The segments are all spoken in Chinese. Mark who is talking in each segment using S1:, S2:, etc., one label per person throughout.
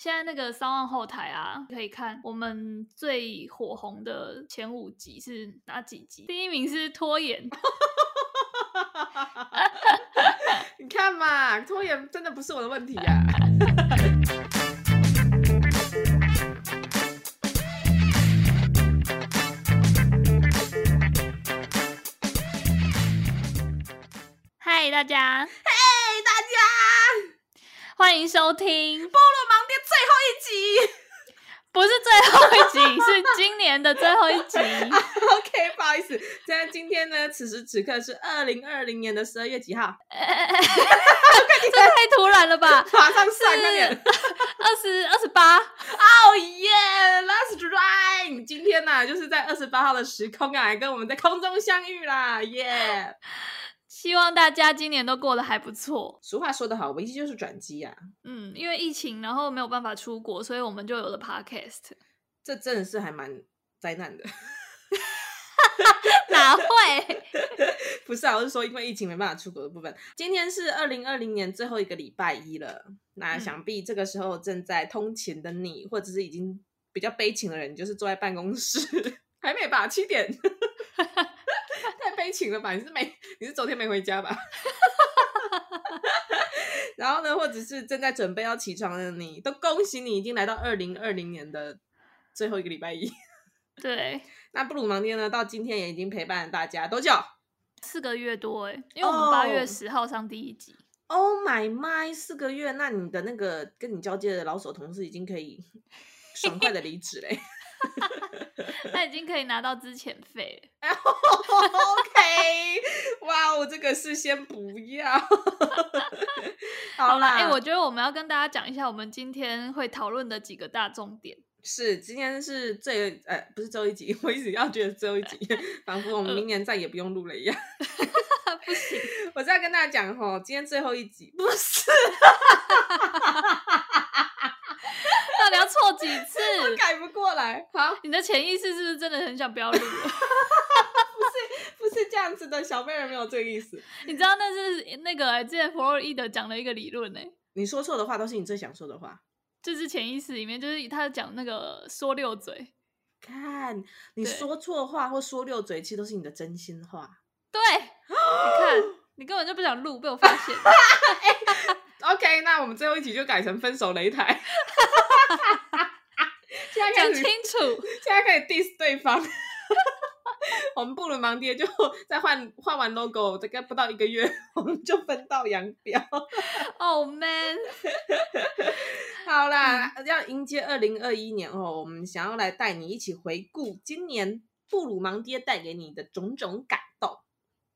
S1: 现在那个三万后台啊，可以看我们最火红的前五集是哪几集？第一名是拖延，
S2: 你看嘛，拖延真的不是我的问题 呀、
S1: 嗨大家，
S2: 嘿，大家，
S1: 欢迎收听，
S2: 菠萝盲店最
S1: 不是最后一集，是今年的最后一 集。
S2: 后一集。OK，不好意思，现在今天呢，此时此刻是二零二零年的十二月几号？
S1: 这太突然了吧！
S2: 马上
S1: 是
S2: 上，快点！
S1: 二十二十八，
S2: 哦耶，Let's drive！今天呢、就是在二十八号的时空啊，跟我们在空中相遇啦，耶、
S1: 希望大家今年都过得还不错。
S2: 俗话说得好，危机就是转机啊呀、
S1: 嗯，因为疫情，然后没有办法出国，所以我们就有了 podcast。
S2: 这真的是还蛮灾难的。
S1: 哪会？
S2: 不是啊，我是说因为疫情没办法出国的部分。今天是二零二零年最后一个礼拜一了，那
S1: 嗯
S2: 想必这个时候正在通勤的你，或者是已经比较悲情的人，你就是坐在办公室， 还没吧？七点，太悲情了吧？你是没你是昨天没回家吧？ 然后呢，或者是正在准备要起床的你，都恭喜你已经来到二零二零年的最后一个礼拜一。
S1: 对，
S2: 那布鲁盲爹呢，到今天也已经陪伴大家多久？
S1: 四个月多哎、因为我们
S2: 哦
S1: 八月十号上第一集。
S2: Oh my my！四个月，那你的那个跟你交接的老手同事已经 可以爽快的离职嘞。
S1: 他已经可以拿到资遣费了。
S2: OK，哇 哦，这个事先不 要。好啦，
S1: 哎、我觉得我们要跟大家讲一下我们今天会讨论的几个大重点。
S2: 是今天是最呃不是最后一集， 我一直要觉得最后一 集，仿佛我们明年再也不用录了一样。
S1: 呃不行，
S2: 我是要跟大家讲吼，今天最后一集 不是
S1: 到底要错几次？
S2: 改不过来，好，
S1: 你的潜意识是不是真的很想不要录了？
S2: 不是这样子的，小贝人没有这个意思。
S1: 你知道那是那个、欸、之前弗洛伊德讲了一个理论呢、
S2: 你说错的话都是你最想说的话。
S1: 就是潜意识里面，就是他讲那个说溜嘴，
S2: 看，你
S1: 对
S2: 说错话或说溜嘴，其实都是你的真心话。
S1: 对，你看你根本就不想录，被我发 现了。
S2: OK，那我们最后一集就改成分手擂台。现在
S1: 讲
S2: 开始，
S1: 清楚，
S2: 现在可以 diss 对方。 我们布鲁盲爹就在换换完 logo，大概不到一个月，我们就分道扬镳。
S1: 哦、man，
S2: 好啦，要迎接二零二一年哦，我们想要来带你一起回顾今年布鲁盲爹带给你的种种感动。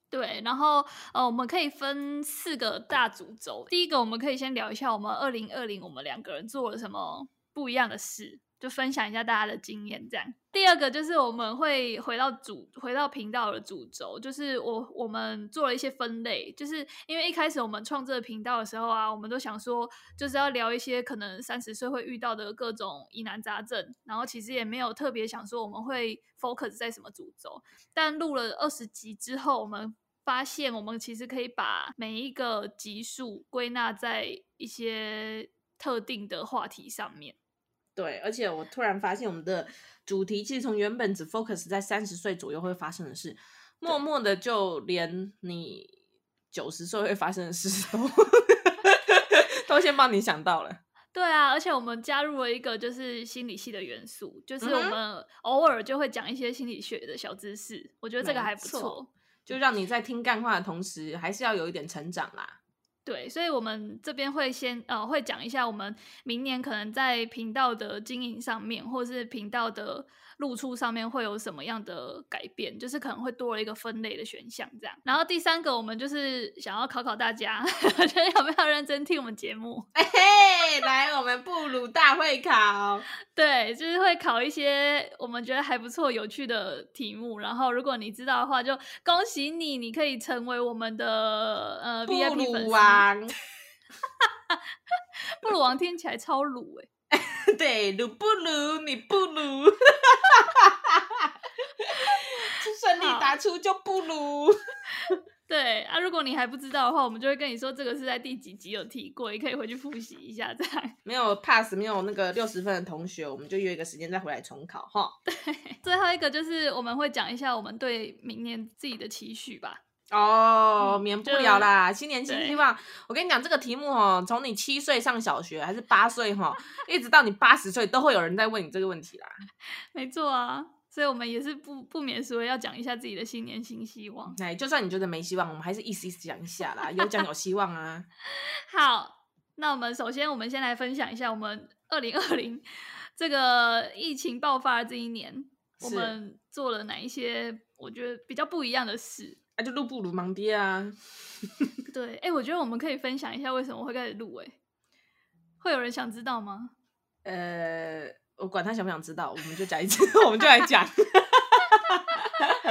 S1: 对，然后呃，我们可以分四个大主轴。第一个，我们可以先聊一下我们二零二零我们两个人做了什么不一样的事，就分享一下大家的经验这样。第二个就是我们会回到主回到频道的主轴，就是我我们做了一些分类，就是因为一开始我们创这个频道的时候啊，我们都想说就是要聊一些可能三十岁会遇到的各种疑难杂症，然后其实也没有特别想说我们会 focus 在什么主轴，但录了二十集之后，我们发现我们其实可以把每一个集数归纳在一些特定的话题上面。
S2: 对，而且我突然发现，我们的主题其实从原本只 focus 在三十岁左右会发生的事，默默的就连你九十岁会发生的事 都都先帮你想到了。
S1: 对啊，而且我们加入了一个就是心理系的元素，就是我
S2: 嗯哼
S1: 们偶尔就会讲一些心理学的小知识，我觉得这个
S2: 没
S1: 还不
S2: 错
S1: 错。
S2: 就让你在听干话的同时，还是要有一点成长啦。
S1: 对，所以我们这边会先呃会讲一下我们明年可能在频道的经营上面，或是频道的露出上面会有什么样的改变，就是可能会多了一个分类的选项这样。然后第三个，我们就是想要考考大家， 就是有没有认真听我们节目？
S2: 哎嘿，来我们布鲁大会考，
S1: 呃对，就是会考一些我们觉得还不错、有趣的题目。然后如果你知道的话，就恭喜你，你可以成为我们的呃
S2: 布
S1: VIP 粉
S2: 鲁啊
S1: 丝。
S2: 王，
S1: 布鲁王听起来超鲁哎、
S2: 对，鲁不鲁，你 不鲁， 顺利
S1: 好
S2: 答出就不鲁。
S1: 对啊，如果你还不知道的话，我们就会跟你说这个是在第几集有提过，你可以回去复习一下。这样
S2: 没有 pass 没有那个六十分的同学，我们就约一个时间再回来重考哈。
S1: 最后一个就是我们会讲一下我们对明年自己的期许吧。
S2: 哦，
S1: 嗯
S2: 免不
S1: 就
S2: 了啦，新年新
S1: 对
S2: 希望。我跟你讲，这个题目哦，从你七岁上小学还是八岁哈，一直到你八十岁，都会有人在问你这个问题啦。
S1: 没错啊，所以我们也是不不免俗的要讲一下自己的新年新希望。
S2: 哎，就算你觉得没希望，我们还是意思意思讲一下啦，有讲有希望啊。
S1: 好，那我们首先我们先来分享一下我们二零二零 这个疫情爆发的这一年，我
S2: 是
S1: 们做了哪一些我觉得比较不一样的事。
S2: 啊那、就路不如忙爹啊。
S1: 对，哎、我觉得我们可以分享一下为什么会开始录，哎，会有人想知道吗？
S2: 呃，我管他想不想知道，我们就讲一次， 我们就来讲。
S1: 好，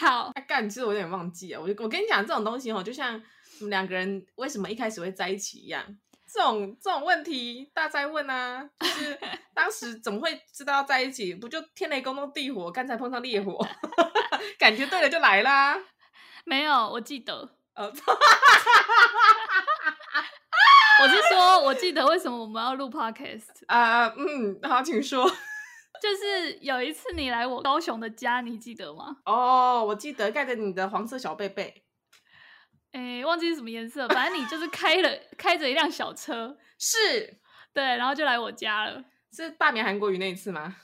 S2: 啊，干，其实我有点忘记了。我就我跟你讲，这种东西哦，就像我们两个人为什么一开始会在一起一样，这种这种问题大灾问啊，就是 当时怎么会知道要在一起？不就天雷勾动地火，刚才碰上烈火， 感觉对了就来啦。
S1: 没有，我记得，
S2: 呃，
S1: 我是说，我记得为什么我们要录 podcast，
S2: 啊、嗯，好，请说。
S1: 就是有一次你来我高雄的家，你记得吗？
S2: 哦，我记得盖着你的黄色小被被，
S1: 哎、忘记是什么颜色，反正你就是开了开着一辆小车，
S2: 是
S1: 对，然后就来我家了。
S2: 是罢免韩国瑜那一次吗？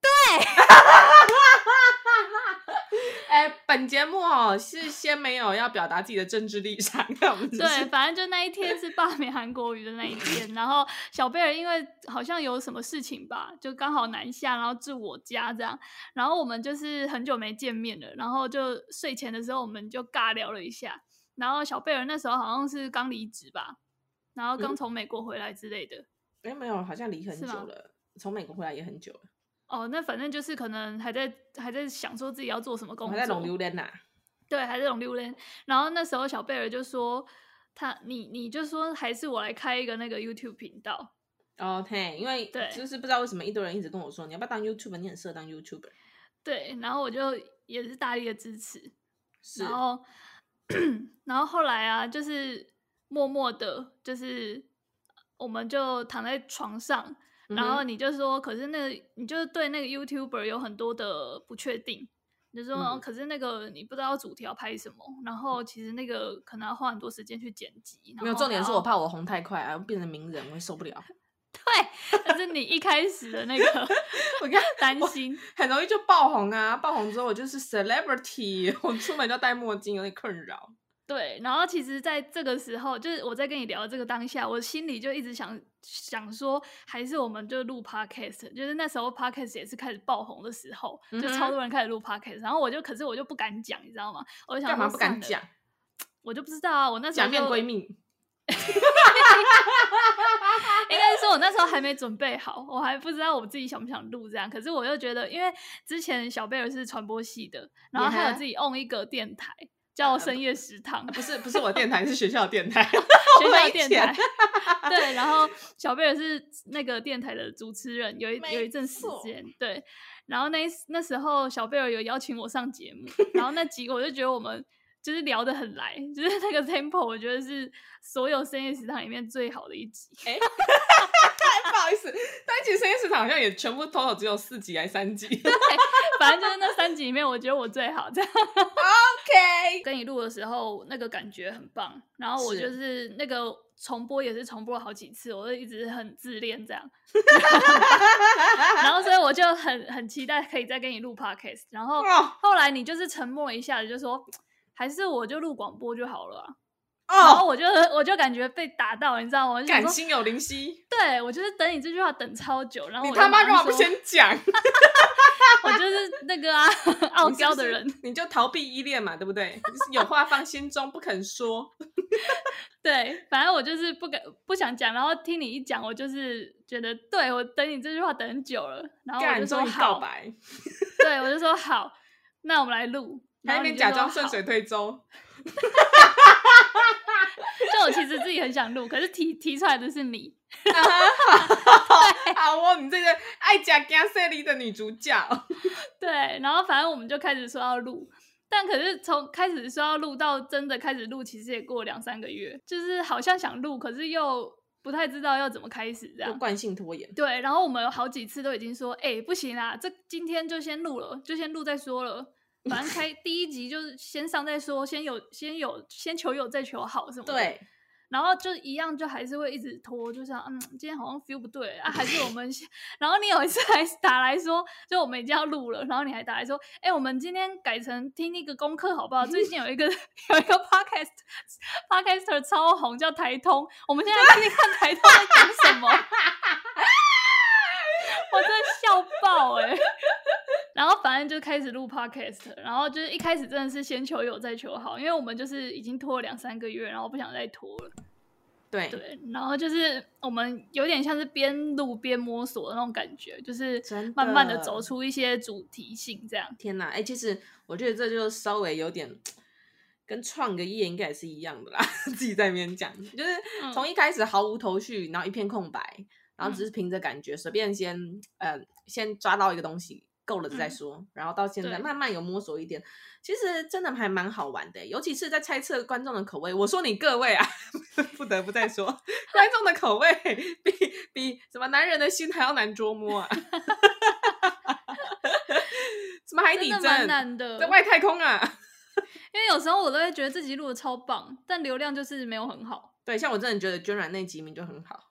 S2: 对。哎、本节目哦是先没有要表达自己的政治立场，那我们只
S1: 对，
S2: 是
S1: 反正就那一天是罢免韩国瑜的那一天，然后小贝尔因为好像有什么事情吧，就刚好南下，然后住我家这样，然后我们就是很久没见面了，然后就睡前的时候我们就尬聊了一下，然后小贝尔那时候好像是刚离职吧，然后刚
S2: 嗯
S1: 从美国回来之类的，
S2: 哎、没有，好像离很
S1: 是
S2: 久
S1: 吗
S2: 了，从美国回来也很久了，
S1: 哦，那反正就是可能还在还在想说自己要做什么
S2: 我
S1: 工
S2: 还
S1: 作，
S2: 在龙榴莲呐、
S1: 对，还在龙榴莲。然后那时候小贝尔就说他你你就说还是我来开一个那个 YouTube 频道。
S2: 哦，嘿，因为
S1: 对
S2: 就是不知道为什么一堆人一直跟我说，你要不要当 YouTuber？你很适合当 YouTuber。
S1: 对，然后我就也是大力的支持，
S2: 是
S1: 然，后 然后后来啊，就是默默的，就是我们就躺在床上，
S2: 嗯
S1: 然后
S2: 哼
S1: 你就说，可是那个你就对那个 YouTuber 有很多的不确定，你就说、哦
S2: 嗯
S1: 可是那个你不知道主题要拍什么，然后其实那个可能要花很多时间去剪辑，然
S2: 没有
S1: 后
S2: 重点
S1: 还
S2: 是
S1: 要
S2: 我怕我红太快啊，变成名人我会受 不了，
S1: 但是你一开始的那个
S2: 我看
S1: 担
S2: 我
S1: 心，
S2: 很容易就爆红啊！爆红之后我就是 celebrity，我 出门就要戴墨镜，有点困扰。
S1: 对。然后其实，在这个时候，就是我在跟你聊这个当下，我心里就一直想想说，还是我们就录 podcast，就是那时候 podcast 也是开始爆红的时候，就
S2: 嗯
S1: 超
S2: 哼
S1: 多人开始录 podcast，然后我就，可是我就不敢讲，你知道吗？我就想
S2: 干嘛
S1: 说
S2: 不敢
S1: 算了
S2: 讲？
S1: 我就不知道啊，我那时候
S2: 讲变
S1: 就
S2: 闺蜜，
S1: 应该是说我那时候还没准备好，我还不知道我自己想不想录这样。可是我又觉得，因为之前小贝尔是传播系的，然后他
S2: 呀
S1: 有自己 own 一个电台。叫深夜食堂，
S2: 啊不是不是我的电台，是学校的电台，。
S1: 学校电台 对，然后小贝尔是那个电台的主持人，有一
S2: 没
S1: 有一阵时
S2: 错
S1: 间，对。然后那一那时候小贝尔有邀请我上节 目，然后那集我就觉得我们就是聊得很来，就是那个 tempo，我觉得是所有深夜食堂里面最好的一集。
S2: 不好意思，但其实深夜市场好像也全部 total 只有四集还三集。
S1: 反正就是那三集里面，我觉得我最好这样。
S2: OK，
S1: 跟你录的时候，那个感觉很棒。然后我
S2: 是
S1: 就是那个重播也是重播了好几次，我就一直很自恋这样。 然后所以我就很很期待可以再跟你录 podcast。然后
S2: 哦
S1: 后来你就是沉默一下子，就说还是我就录广播就好了啊、然后
S2: 哦，
S1: 我就我就感觉被打到，你知道吗？我就想
S2: 感
S1: 说，
S2: 心有灵犀，
S1: 对我就是等你这句话等超久，然后
S2: 你
S1: 我
S2: 他
S1: 就
S2: 妈
S1: 马
S2: 干嘛
S1: 上
S2: 不
S1: 说
S2: 先讲？
S1: 我就是那个啊傲
S2: 你是
S1: 娇
S2: 不
S1: 的
S2: 是
S1: 人。
S2: 你就逃避依恋嘛，对不对？就是有话放心中不肯说，
S1: 对，反正我就是不敢不想讲，然后听你一讲，我就是觉得对我等你这句话等很久了， 然后我
S2: 干
S1: 就说
S2: 终于告
S1: 好，
S2: 白，
S1: 对我就说好，那我们来 录。然
S2: 还
S1: 后
S2: 一
S1: 你
S2: 边
S1: 就
S2: 假
S1: 说
S2: 装顺
S1: 好
S2: 水推 舟。
S1: 就我其实自己很想录，可是提提出来的是你，
S2: 好哦，你这个爱假加塞利的女主角，
S1: 对，然后反正我们就开始说要录，但可是从开始说要录到真的开始录，其实也过了两三个月，就是好像想录，可是又不太知道要怎么开始这
S2: 就
S1: 样。
S2: 惯性拖延。
S1: 对，然后我们有好几次都已经说，哎、不行啦，这今天就先录了，就先录再说了。反正开第一集就是先上再说，先有先有先求有再求好什么的。
S2: 对，
S1: 然后就一样，就还是会一直拖，就想嗯，今天好像 feel 不对啊，还是我们先。 然后你有一次还打来说，就我们已经要录了，然后你还打来说，哎、我们今天改成听一个功课好不好？最近有一个 有一个 podcast podcaster 超红，叫台通，我们现在听听看台通在讲什么。 我真的笑爆哎、然后反正就开始录 podcast，然后就是一开始真的是先求有再求好，因为我们就是已经拖了两三个月，然后不想再拖了。
S2: 对，
S1: 对，然后就是我们有点像是边录边摸索的那种感觉，就是
S2: 真的
S1: 慢慢的走出一些主题性这样。
S2: 天哪，哎、其实我觉得这就稍微有点跟创个业应该也是一样的啦。 自己在那边讲，就是
S1: 嗯
S2: 从一开始毫无头绪，然后一片空白，然后
S1: 嗯
S2: 只是凭着感觉随便先呃先抓到一个东西。够了再
S1: 嗯
S2: 说，然后到现在
S1: 对
S2: 慢慢有摸索一点，其实真的还蛮好玩的，欸尤其是在猜测观众的口味。我说你各位啊， 不得不再说，观众的口味比比什么男人的心还要难捉 摸啊！什么海
S1: 真
S2: 底
S1: 的蛮
S2: 针，
S1: 难的，
S2: 在外太空啊。
S1: 因为有时候我都会觉得自己录的超棒，但流量就是没有很好。
S2: 对，像我真的觉得娟软那集名就很好。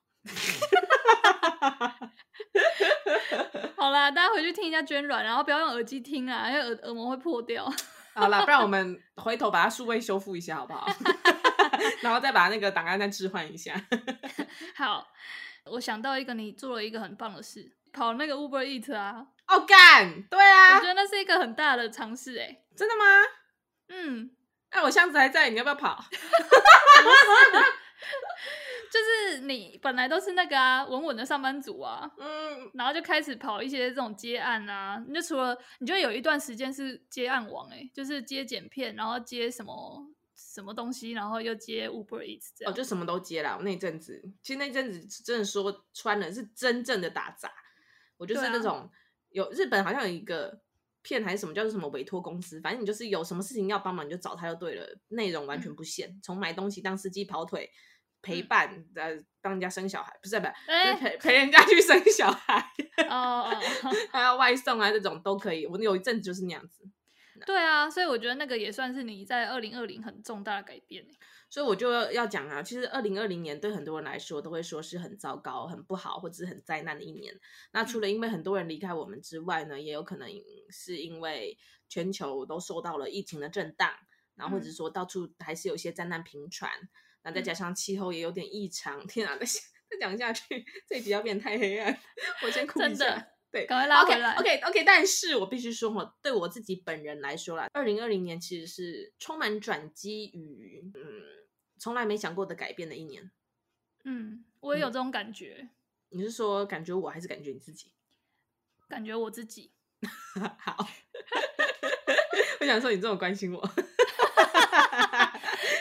S1: 好啦，大家回去听一下娟软，然后不要用耳机听啦，因为耳耳膜会破掉。
S2: 好啦，不然我们回头把它数位修复一下，好不 好？然后再把那个档案再置换一下。
S1: 好，我想到一个，你做了一个很棒的事，跑那个 Uber Eat 啊，
S2: 哦，干，对
S1: 我
S2: 啊
S1: 觉，得那是一个很大的尝试哎、
S2: 真的吗？
S1: 嗯，
S2: 哎，我箱子还在，你要不要跑？
S1: 就是你本来都是那个啊稳稳的上班族啊，
S2: 嗯，
S1: 然后就开始跑一些这种接案啊，你就除了你就有一段时间是接案王哎、就是接剪片，然后接什么什么东西，然后又接 Uber Eats 这
S2: 我
S1: 样。
S2: 哦就什么都接了。我那一阵子，其实那一阵子真的说穿了是真正的打杂，我就是
S1: 对啊
S2: 那种、有日本好像有一个片还是什么叫做什么委托公司，反正你就是有什么事情要帮忙你就找他就对了，内容完全
S1: 嗯
S2: 不限，从买东西当司机跑腿。陪
S1: 嗯
S2: 伴呃，帮人家生小孩，不是不是，就是
S1: 哎、
S2: 陪陪人家去生小孩，
S1: 哦哦，
S2: 还有外送啊这种都可以。我有一阵子就是那样子，
S1: 对啊，所以我觉得那个也算是你在二零二零很重大的改变、欸、
S2: 所以我就要讲啊，其实二零二零年对很多人来说都会说是很糟糕、很不好或者是很灾难的一年。那除了
S1: 嗯
S2: 因为很多人离开我们之外呢，也有可能是因为全球都受到了疫情的震荡，然后或者是说到处还是有一些灾难频传。那再加
S1: 嗯
S2: 上气候也有点异常，天啊，再想再讲下去， 这一集要变太黑暗，我先哭一
S1: 真的
S2: 下。对，
S1: 赶快拉回来
S2: OK OK OK，但是我必须说，我对我自己本人来说啦，二零二零年其实是充满转机与嗯从来没想过的改变的一年。
S1: 嗯，我也有这种感觉，
S2: 你是说感觉我还是感觉你自己？
S1: 感觉我自己。
S2: 好，我想说你这么关心我，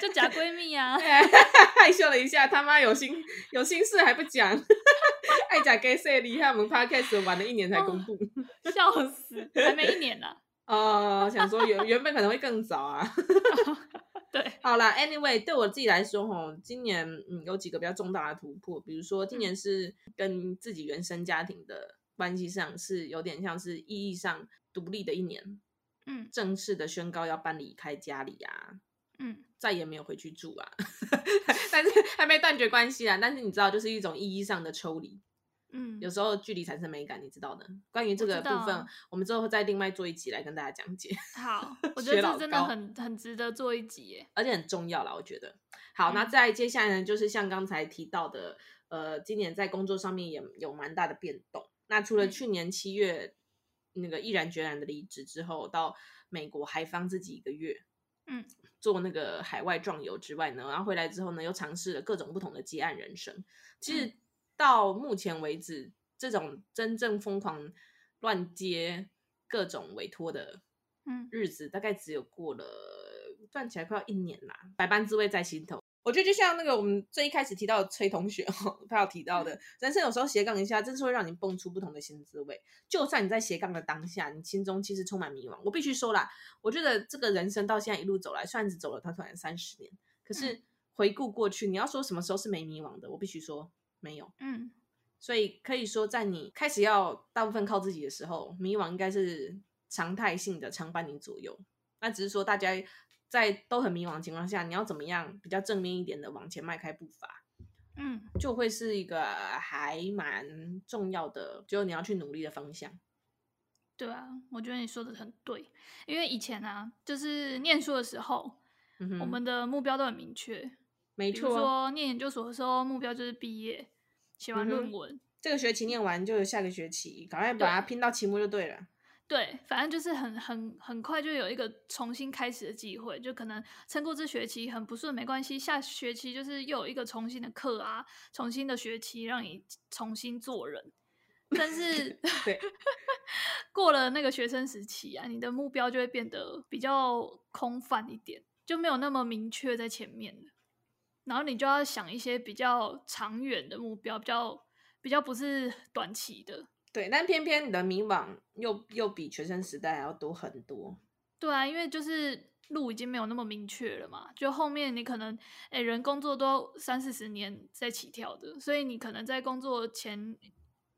S1: 就假闺蜜啊，
S2: 害羞了一下，他妈有心有心事还不讲， 爱讲 gay 谁离开我们 podcast 晚了一年才公布。
S1: 笑死，还没一年啦。
S2: 哦，想说原原本可能会更早啊。
S1: 对，
S2: 好啦 a n y w a y 对我自己来说，吼，今年嗯有几个比较重大的突破，比如说
S1: 嗯
S2: 今年是跟自己原生家庭的关系上是有点像是意义上独立的一年，
S1: 嗯
S2: 正式的宣告要搬离开家里啊，
S1: 嗯，
S2: 再也没有回去住啊， 但是还没断绝关系啊，但是你知道，就是一种意义上的抽离，
S1: 嗯
S2: 有，时候距离产生美感，你知道的。关于这
S1: 我知
S2: 个部
S1: 道
S2: 分，
S1: 啊
S2: 我们之后会再另外做一集来跟大家讲解。
S1: 好，我觉
S2: 学
S1: 得
S2: 老
S1: 这真的
S2: 高
S1: 很很值得做一集欸耶。
S2: 而且很重要啦，我觉得。好，那
S1: 嗯
S2: 再接下来呢，就是像刚才提到的，呃，今年在工作上面也有蛮大的变动。那除了
S1: 嗯
S2: 去年七月那个毅然决然的离职之后，到美国海放自己一个月，
S1: 嗯，
S2: 做那个海外壮游之外呢，然后回来之后呢，又尝试了各种不同的接案人生。其实
S1: 嗯
S2: 到目前为止，这种真正疯狂乱接各种委托的
S1: 嗯。
S2: 日子大概只有过了，算起来快要一年啦。百般滋味在心头，我觉得就像那个我们最一开始提到的崔同学哦， 他有提到的，人生有时候斜杠一下，真是会让你蹦出不同的新滋味。就算你在斜杠的当下，你心中其实充满迷茫。我必须说啦，我觉得这个人生到现在一路走来，虽然只走了短短三十年，可是回顾过去，你要说什么时候是没迷茫的，我必须说没有。
S1: 嗯，
S2: 所以可以说，在你开始要大部分靠自己的时候，迷惘应该是常态性的常伴你左右。那只是说，大家在都很迷惘的情况下，你要怎么样比较正面一点的往前迈开步伐，
S1: 嗯，
S2: 就会是一个还蛮重要的，就是你要去努力的方向。
S1: 对啊，我觉得你说的很对，因为以前啊，就是念书的时候，
S2: 嗯哼，
S1: 我们的目标都很明确，
S2: 没
S1: 比如
S2: 错，
S1: 说念研究所的时候，目标就是毕业，写完
S2: 嗯哼
S1: 论文，
S2: 这个学期念完就有下个学期，赶快把它
S1: 对
S2: 拼到期末就对了。
S1: 对，反正就是很很很快就有一个重新开始的机会，就可能撑过这学期很不顺没关系，下学期就是又有一个重新的课啊，重新的学期让你重新做人。但是
S2: 对，
S1: 过了那个学生时期啊，你的目标就会变得比较空泛一点，就没有那么明确在前面了。然后你就要想一些比较长远的目标，比较比较不是短期的，
S2: 对，但偏偏你的迷惘又又比学生时代还要多很多。
S1: 对啊，因为就是路已经没有那么明确了嘛，就后面你可能，哎、人工作都三四十年在起跳的，所以你可能在工作前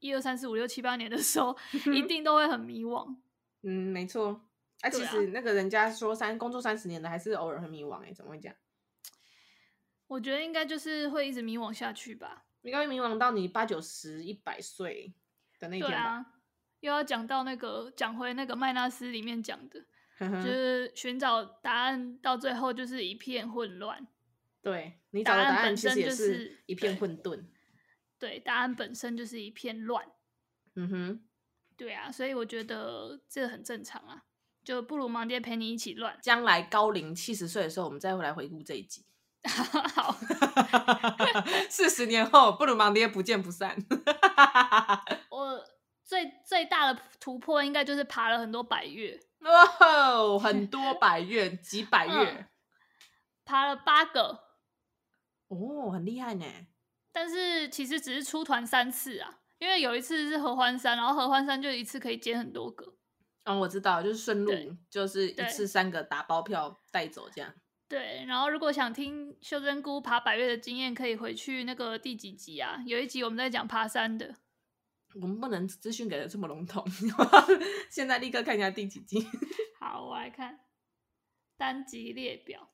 S1: 一二三四五六七八年的时 候，一定都会很迷惘。
S2: 嗯，没错。啊，其
S1: 对啊
S2: 实那个人家说三工作三十年的，还是偶尔很迷惘哎、怎么会这样？
S1: 我觉得应该就是会一直迷惘下去吧。
S2: 你该迷惘到你八九十、一百岁的那一天
S1: 对
S2: 吧。
S1: 啊，又要讲到那个讲回那个麦纳斯里面讲的，
S2: 呵
S1: 就
S2: 呵
S1: 是寻找答案到最后就是一片混乱。
S2: 对你
S1: 答
S2: 找的
S1: 案
S2: 答案
S1: 本
S2: 其实
S1: 身
S2: 也
S1: 就是是
S2: 一片
S1: 对
S2: 混沌。
S1: 对，答案本身就是一片乱。
S2: 嗯哼，。
S1: 对啊，所以我觉得这很正常啊，就不如盲爹陪你一起乱
S2: 将来高龄七十岁的时候，我们再回来回顾这一集。
S1: 好，
S2: 四十年后，布鲁芒爹不见不散。
S1: 我最最大的突破应该就是爬了很多百月，
S2: 哇哦，很多百月，几百月
S1: 嗯，爬了八个，
S2: 哦，很厉害呢。
S1: 但是其实只是出团三次啊，因为有一次是合欢山，然后合欢山就一次可以捡很多个。
S2: 嗯，我知道，就是顺路
S1: 对，
S2: 就是一
S1: 对
S2: 次三个打包票带走这样。
S1: 对，然后如果想听秀珍菇爬百月的经验，可以回去那个第几集啊？有一集我们在讲爬山的，
S2: 我们不能资讯给的这么笼统， 现在立刻看一下第几 集。
S1: 好，我来看单集列表。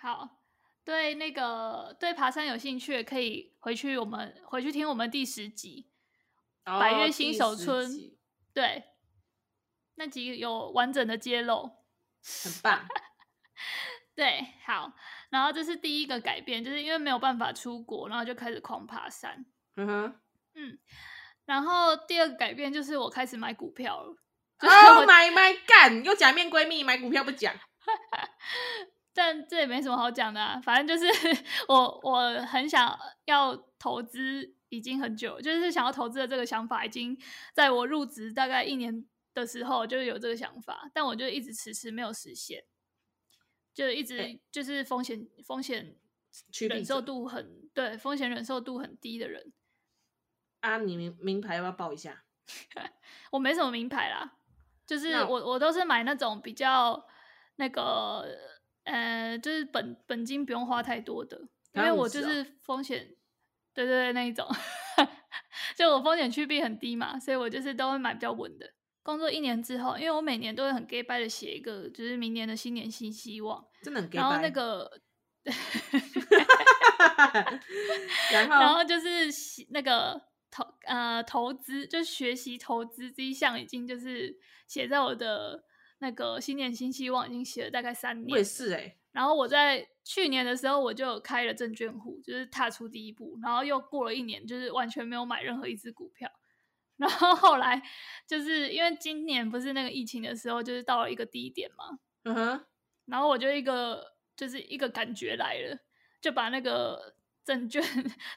S1: 好，对那个对爬山有兴趣，可以回去我们回去听我们第十集。百
S2: 哦
S1: 越
S2: 第
S1: 新手
S2: 十
S1: 村
S2: 集
S1: 对，那集有完整的揭露。
S2: 很棒，
S1: 对，好，然后这是第一个改变，就是因为没有办法出国，然后就开始狂爬山。
S2: 嗯 哼
S1: 然后第二个改变就是我开始买股票了，
S2: ，Oh my my god，又假面闺蜜买股票不讲，
S1: 但这也没什么好讲的、啊，反正就是 我我很想要投资，已经很久了，就是想要投资的这个想法，已经在我入职大概一年的时候就有这个想法，但我就一直迟迟没有实现，就一直
S2: 对
S1: 就是风险风险
S2: 区避
S1: 忍受
S2: 者
S1: 度很对风险忍受度很低的人，
S2: 啊，你名名牌要不要报一下？
S1: 我没什么名牌啦，就是
S2: 那
S1: 我我都是买那种比较那个呃，就是本本金不用花太多的，因
S2: 啊
S1: 为
S2: 五
S1: 我
S2: 十
S1: 就
S2: 哦
S1: 是风险，对对对那一种， 就我风险趋避很低嘛，所以我就是都会买比较稳的。工作一年之后，因为我每年都会很 gay 拜的写一个，就是明年的新年新希望，
S2: 真的很 gay
S1: 然后
S2: 掰
S1: 那，个
S2: 然
S1: 然
S2: 后
S1: 后就是习那个投呃投资，就是学习投资这一项，已经就是写在我的那个新年新希望，已经写了大概三
S2: 我也
S1: 年。
S2: 是哎，
S1: 然后我在去年的时候，我就有开了证券户，就是踏出第一步。然后又过了一年，就是完全没有买任何一只股票。 然后后来就是因为今年不是那个疫情的时候，就是到了一个低点嘛，
S2: 嗯哼，
S1: 然后我就一个就是一个感觉来了，就把那个证券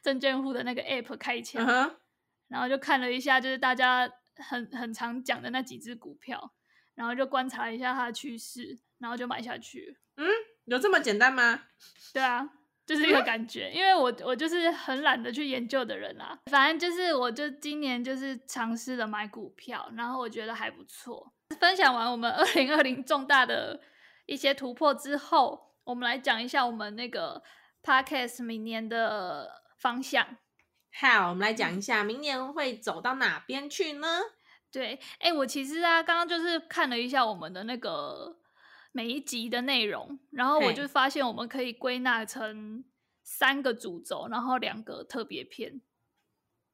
S1: 证券户的那个 app 开起来，
S2: 嗯哼，
S1: 然后就看了一下，就是大家很很常讲的那几只股票，然后就观察了一下它的趋势，然后就买下去了。
S2: 有这么简单吗？
S1: 对啊，就是一个感觉，因为我我就是很懒得去研究的人啦、反正就是我就今年就是尝试了买股票，然后我觉得还不错。分享完我们二零二零重大的一些突破之后，我们来讲一下我们那个 podcast 明年的方向。
S2: 好，我们来讲一下明年会走到哪边去呢？
S1: 对，哎，我其实啊，刚刚就是看了一下我们的那个每一集的内容，然后我
S2: 嘿
S1: 就发现我们可以归纳成三个主轴，然后两个特别篇。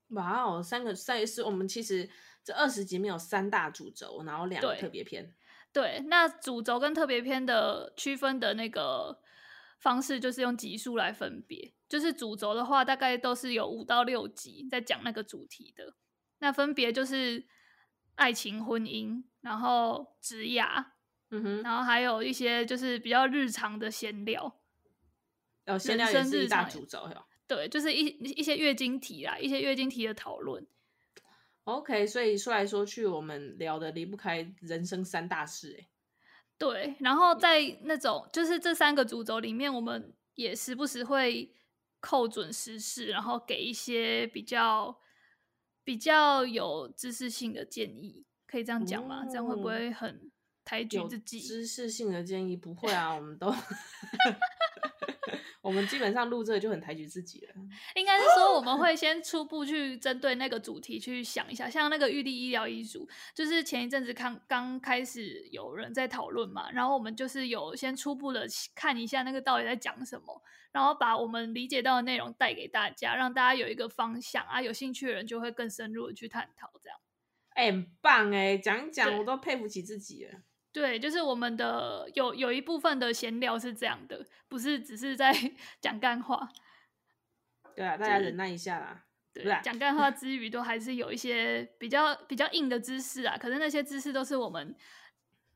S2: 哇哦，三个赛事，我们其实这二十集没有三大主轴，然后两个
S1: 对
S2: 特别篇。
S1: 对，那主轴跟特别篇的区分的那个方式，就是用集数来分别。就是主轴的话，大概都是有五到六集在讲那个主题的。那分别就是爱情、婚姻，然后职涯，
S2: 嗯哼，
S1: 然后还有一些就是比较日常的闲聊。
S2: 哦，闲
S1: 人
S2: 聊也
S1: 生
S2: 是一
S1: 日
S2: 大
S1: 常也
S2: 主轴哟。
S1: 对，就是一一些月经题啦，一些月经题的讨论。
S2: OK，所以说来说去，我们聊的离不开人生三大事、欸。
S1: 对，然
S2: 嗯
S1: 后在那种就是这三个主轴里面，我们也时不时会扣准时事，然后给一些比较比较有知识性的建议，可以这样讲吗？这样会不
S2: 哦
S1: 会很抬举
S2: 有
S1: 自己？
S2: 知识性的建议不会啊，我们 都， 我们基本上录这个就很抬举自己了。
S1: 应该是说我们会先初步去针对那个主题去想一下，像那个玉立医疗医术，就是前一阵子刚刚开始有人在讨论嘛，然后我们就是有先初步的看一下那个到底在讲什么，然后把我们理解到的内容带给大家，让大家有一个方向啊，有兴趣的人就会更深入的去探讨这样。
S2: 哎、很棒哎、讲一讲
S1: 对
S2: 我都佩服起自己了。
S1: 对，就是我们的有有一部分的闲聊是这样的，不是只是在 讲干话。
S2: 对啊，大家忍耐一下啦。
S1: 对
S2: 不是啊，
S1: 讲干话之余，都还是有一些比较比较硬的知识啊。可是那些知识都是我们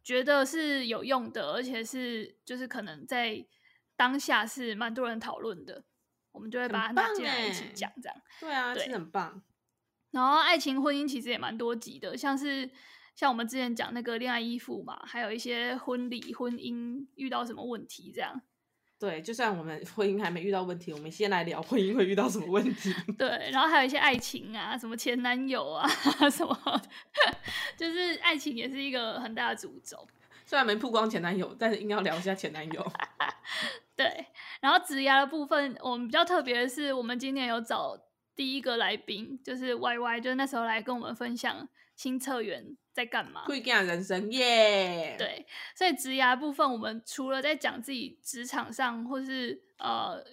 S1: 觉得是有用的，而且是就是可能在当下是蛮多人讨论的，我们就会
S2: 很
S1: 把它拿
S2: 棒
S1: 进来一起
S2: 欸
S1: 讲这样。
S2: 对啊，
S1: 对
S2: 是很棒。
S1: 然后爱情婚姻其实也蛮多集的，像是像我们之前讲那个恋爱依附嘛，还有一些婚礼婚姻遇到什么问题这样。
S2: 对，就算我们婚姻还没遇到问题，我们先来聊婚姻会遇到什么问题。
S1: 对，然后还有一些爱情啊，什么前男友啊， 什么，就是爱情也是一个很大的诅咒。
S2: 虽然没曝光前男友，但是硬要聊一下前男 友。
S1: 对，然后植牙的部分，我们比较特别的是，我们今年有找第一个来宾，就是 Y Y，就是那时候来跟我们分享新策源在干嘛。
S2: 会干人生耶
S1: 对，所以职涯部分，我们除了在讲自己职场上，或是呃，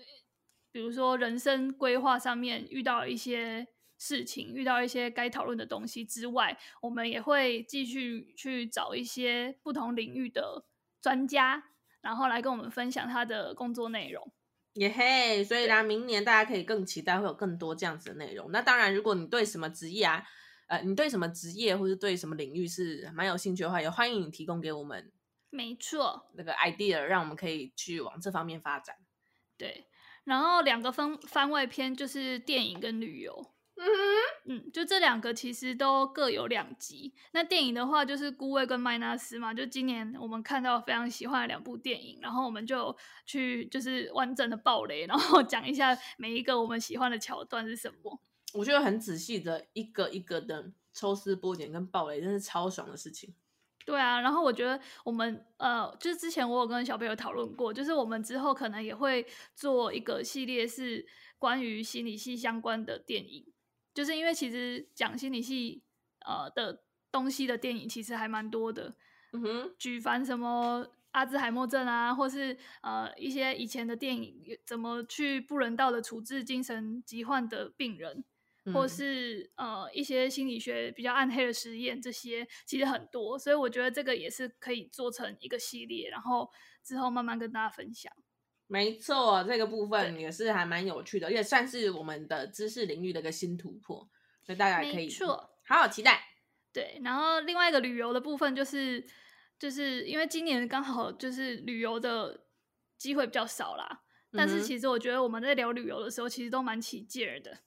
S1: 比如说人生规划上面遇到一些事情，遇到一些该讨论的东西之外，我们也会继续去找一些不同领域的专家，然后来跟我们分享他的工作内容。
S2: 耶嘿！所以啦，明年大家可以更期待会有更多这样子的内容。那当然，如果你对什么职业啊，呃，你对什么职业或是对什么领域是蛮有兴趣的话，也欢迎你提供给我们
S1: 没错，
S2: 那个 idea，让我们可以去往这方面发展。
S1: 对，然后两个番番外篇就是电影跟旅游。
S2: 嗯
S1: 嗯，就这两个其实都各有两集。那电影的话，就是《孤味》跟《麦纳斯》嘛，就今年我们看到非常喜欢的两部电影，然后我们就去就是完整的爆雷，然后讲一下每一个我们喜欢的桥段是什么。
S2: 我觉得很仔细的一个一个的抽丝剥茧跟暴雷，真是超爽的事情。
S1: 对啊，然后我觉得我们呃，就是之前我有跟小朋友讨论过，就是我们之后可能也会做一个系列是关于心理系相关的电影，就是因为其实讲心理系呃的东西的电影其实还蛮多的，
S2: 嗯哼，
S1: 举凡什么阿兹海默症啊，或是呃一些以前的电影怎么去不人道的处置精神疾患的病人，或
S2: 嗯
S1: 是呃一些心理学比较暗黑的实验，这些其实很多，所以我觉得这个也是可以做成一个系列，然后之后慢慢跟大家分享。
S2: 没错，这个部分也是还蛮有趣的，也算是我们的知识领域的一个新突破，所以大家也啊可
S1: 没
S2: 以嗯
S1: 错，
S2: 好好期待。
S1: 对，然后另外一个旅游的部分就是，就是因为今年刚好就是旅游的机会比较少啦，但
S2: 嗯
S1: 是
S2: 哼
S1: 其实我觉得我们在聊旅游的时候，其实都蛮起劲儿的。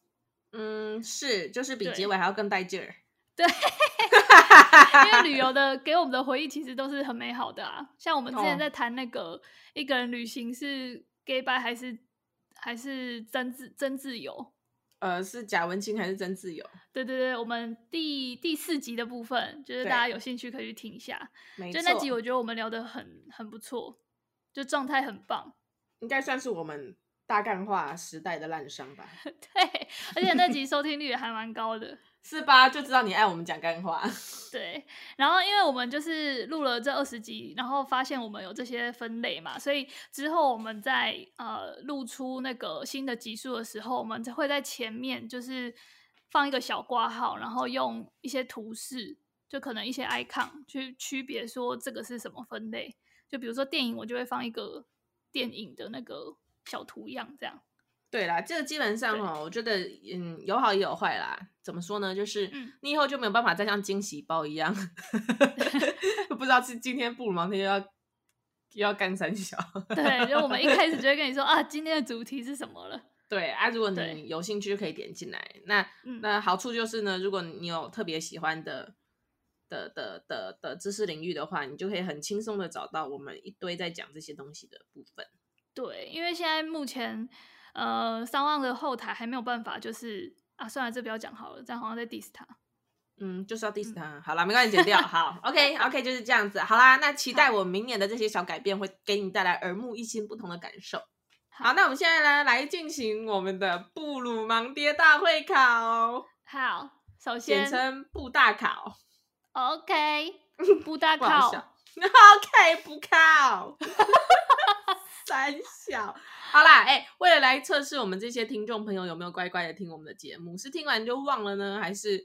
S2: 嗯，是，就是比
S1: 对
S2: 结尾还要更带劲儿。
S1: 因为旅游的给我们的回忆其实都是很美好的啊。像我们之前
S2: 哦
S1: 在谈那个、一个人旅行是 gay 拜还是还是曾自曾自由？
S2: 呃，是贾文清还是真自由？
S1: 对对对，我们第第四集的部分，就是大家
S2: 对
S1: 有兴趣可以去听一下。
S2: 没
S1: 就
S2: 错，
S1: 那集，我觉得我们聊得很很不错，就状态很棒。
S2: 应该算是我们大干话时代的烂伤吧？
S1: 对，而且那集收听率也还蛮高的。
S2: 是吧？就知道你爱我们讲干话。
S1: 对，然后因为我们就是录了这二十集，然后发现我们有这些分类嘛，所以之后我们在呃录出那个新的集数的时候，我们才会在前面就是放一个小挂号，然后用一些图示，就可能一些 icon 去区别说这个是什么分类。就比如说电影，我就会放一个电影的那个小图样，这样。
S2: 对啦，这个基本上
S1: 对
S2: 哈，我觉得嗯，有好也有坏啦。怎么说呢？就是、
S1: 嗯
S2: 你以后就没有办法再像惊喜包一 样，不知道是今天不如明天又要又要干三小。
S1: 对，就我们一开始就会跟你说啊，今天的主题是什么了。
S2: 对啊，如果
S1: 对
S2: 你有兴趣就可以点进来。那
S1: 嗯，
S2: 那好处就是呢，如果你有特别喜欢的的的的的知识领域的话，你就可以很轻松的找到我们一堆在讲这些东西的部分。
S1: 对，因为现在目前呃，三万的后台还没有办法，就是啊，算了，这不要讲好了，这样好像在 diss 他。
S2: 嗯，就是要 diss
S1: 嗯
S2: 他。好啦，没关系，剪掉。好，OK OK，就是这样子。好啦，那期待我明年的这些小改变会给你带来耳目一新、不同的感受。好，那我们现在呢来进行我们的布鲁盲爹大会考，
S1: 好，首
S2: 简
S1: 先
S2: 称布大考。
S1: OK，不大
S2: 不
S1: 靠，
S2: 好 笑。OK，不靠。三小，好 啦，哎、为了来测试我们这些听众朋友有没有乖乖的听我们的节目，是听完就忘了呢，还是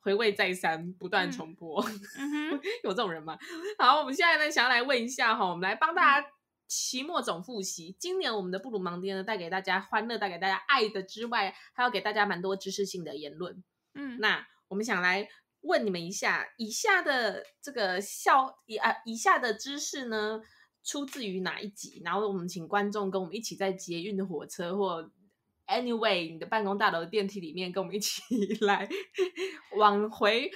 S2: 回味再三，不断
S1: 嗯
S2: 重播？
S1: 嗯哼，
S2: 有这种人吗？好，我们现在呢，想要来问一下哈，我们来帮大家期末总复习。今年我们的布鲁盲爹呢，带给大家欢乐，带给大家爱的之外，还要给大家蛮多知识性的言论。
S1: 嗯，
S2: 那我们想来问你们一下，以下的这个笑以啊以下的知识呢，出自于哪一集？然后我们请观众跟我们一起在捷运的火车或 anyway 你的办公大楼的电梯里面，跟我们一起 来往回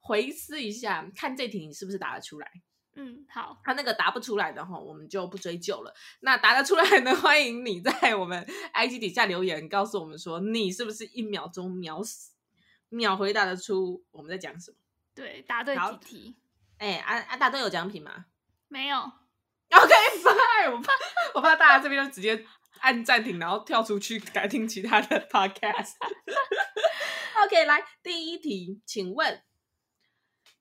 S2: 回思一下，看这题你是不是答得出来。
S1: 嗯，好，
S2: 他那个答不出来的哈，我们就不追究了。那答得出来呢， 欢迎你在我们 IG 底下留言，告诉我们说你是不是一秒钟秒死秒回答得出我们在讲什么。
S1: 对，答对
S2: 好
S1: 几题？
S2: 哎、啊啊，答对有奖品吗
S1: 没有，
S2: ？OK fine，我怕我怕大家这边就直接按暂停，然后跳出去改听其他的 podcast。OK，来第一题，请问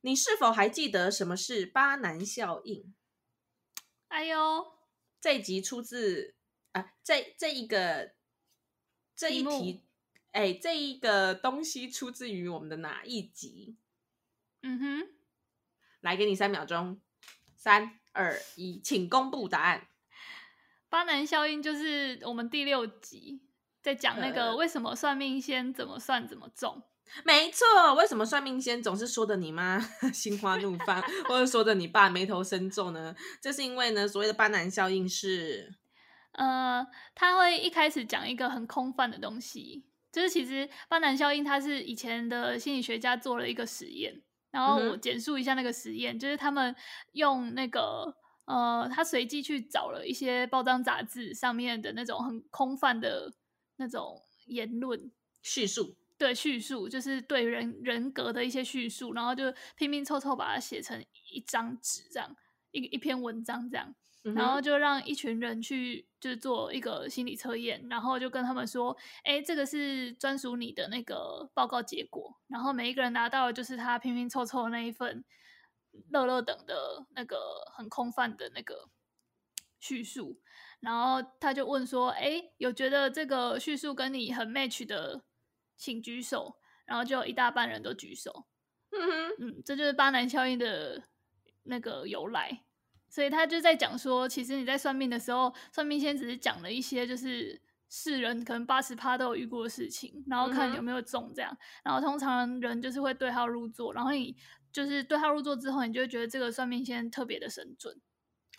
S2: 你是否还记得什么是巴南效应？
S1: 哎呦，
S2: 这一集出自啊，这这一个这一
S1: 题目
S2: 题，哎，这一个东西出自于我们的哪一集？
S1: 嗯哼，
S2: 来，给你三秒钟，三二一，请公布答案。
S1: 巴南效应就是我们第六集在讲那个
S2: 呃
S1: 为什么算命先怎么算怎么中。
S2: 没错，为什么算命先总是说的你妈心花怒放，或者说的你爸眉头深皱呢？这是因为呢，所谓的巴南效应是
S1: 呃，他会一开始讲一个很空泛的东西，就是其实巴南效应，它是以前的心理学家做了一个实验，然后
S2: 嗯
S1: 我
S2: 哼
S1: 简述一下那个实验，就是他们用那个呃，他随机去找了一些报章杂志上面的那种很空泛的那种言论。
S2: 叙述。
S1: 对叙述，就是对人人格的一些叙述，然后就拼拼凑凑把它写成一张纸，这样一一篇文章这样。
S2: 嗯
S1: 然
S2: 哼
S1: 后就让一群人去就是做一个心理测验，然后就跟他们说，哎，这个是专属你的那个报告结果，然后每一个人拿到的就是他拼拼凑凑的那一份乐乐等的那个很空泛的那个叙述，然后他就问说，哎，有觉得这个叙述跟你很 match 的，请举手，然后就有一大半人都举手，
S2: 嗯哼，
S1: 嗯，这就是巴南效应的那个由来。所以他就在讲说，其实你在算命的时候，算命先只是讲了一些就是世人可能八十趴都有遇过的事情，然后
S2: 嗯
S1: 看
S2: 哼
S1: 有没有中这样。然后通常人就是会对号入座，然后你就是对号入座之后，你就会觉得这个算命先特别的神准，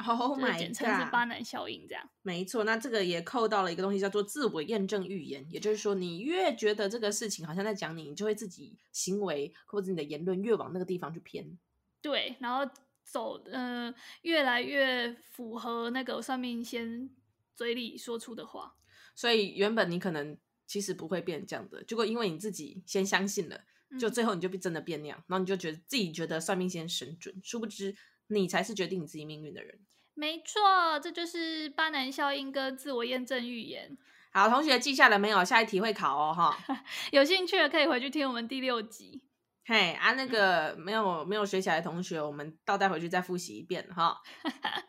S2: ，Oh
S1: 就是
S2: my
S1: 简
S2: god，
S1: 称是巴南效应这样。
S2: 没错，那这个也扣到了一个东西，叫做自我验证预言。也就是说，你越觉得这个事情好像在讲你，你就会自己行为或者你的言论越往那个地方去偏。
S1: 对，然后走，嗯、越来越符合那个算命先嘴里说出的话。
S2: 所以原本你可能其实不会变这样的，结果因为你自己先相信了，就
S1: 嗯
S2: 最后你就变真的变那样，然后你就觉得自己觉得算命先生准，殊不知你才是决定你自己命运的人。
S1: 没错，这就是巴南效应跟自我验证预言。
S2: 好，同学记下了没有？下一题会考哦，哈。
S1: 有兴趣的可以回去听我们第六集。
S2: 嘿啊，那个没有没有学起来的同学，我们倒带回去再复习一遍哈。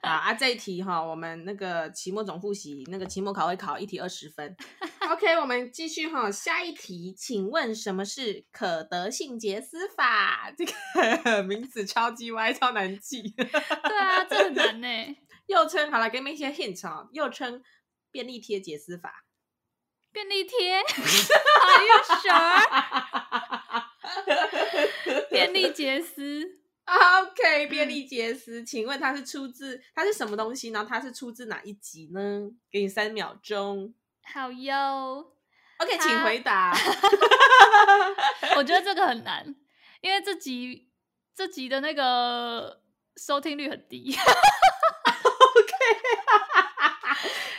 S2: 啊啊，这一题哈，我们那个期末总复习，那个期末考会考一题二十分。OK，我们继续哈，下一题，请问什么是可得性解思法？这个 名字超级歪，超难记。
S1: 对啊，这很难呢、
S2: 又称好了，给你们一些 hint 啊，又称便利贴解思法。
S1: 便利贴，Are you sure？便利杰斯，
S2: 啊 OK，便
S1: 嗯
S2: 利杰斯，请问它是出自它是什么东西呢？它是出自哪一集呢？给你三秒钟。
S1: 好哟。
S2: OK，
S1: 它
S2: 请回 答。
S1: 我觉得这个很难，因为这集这集的那个收听率很低。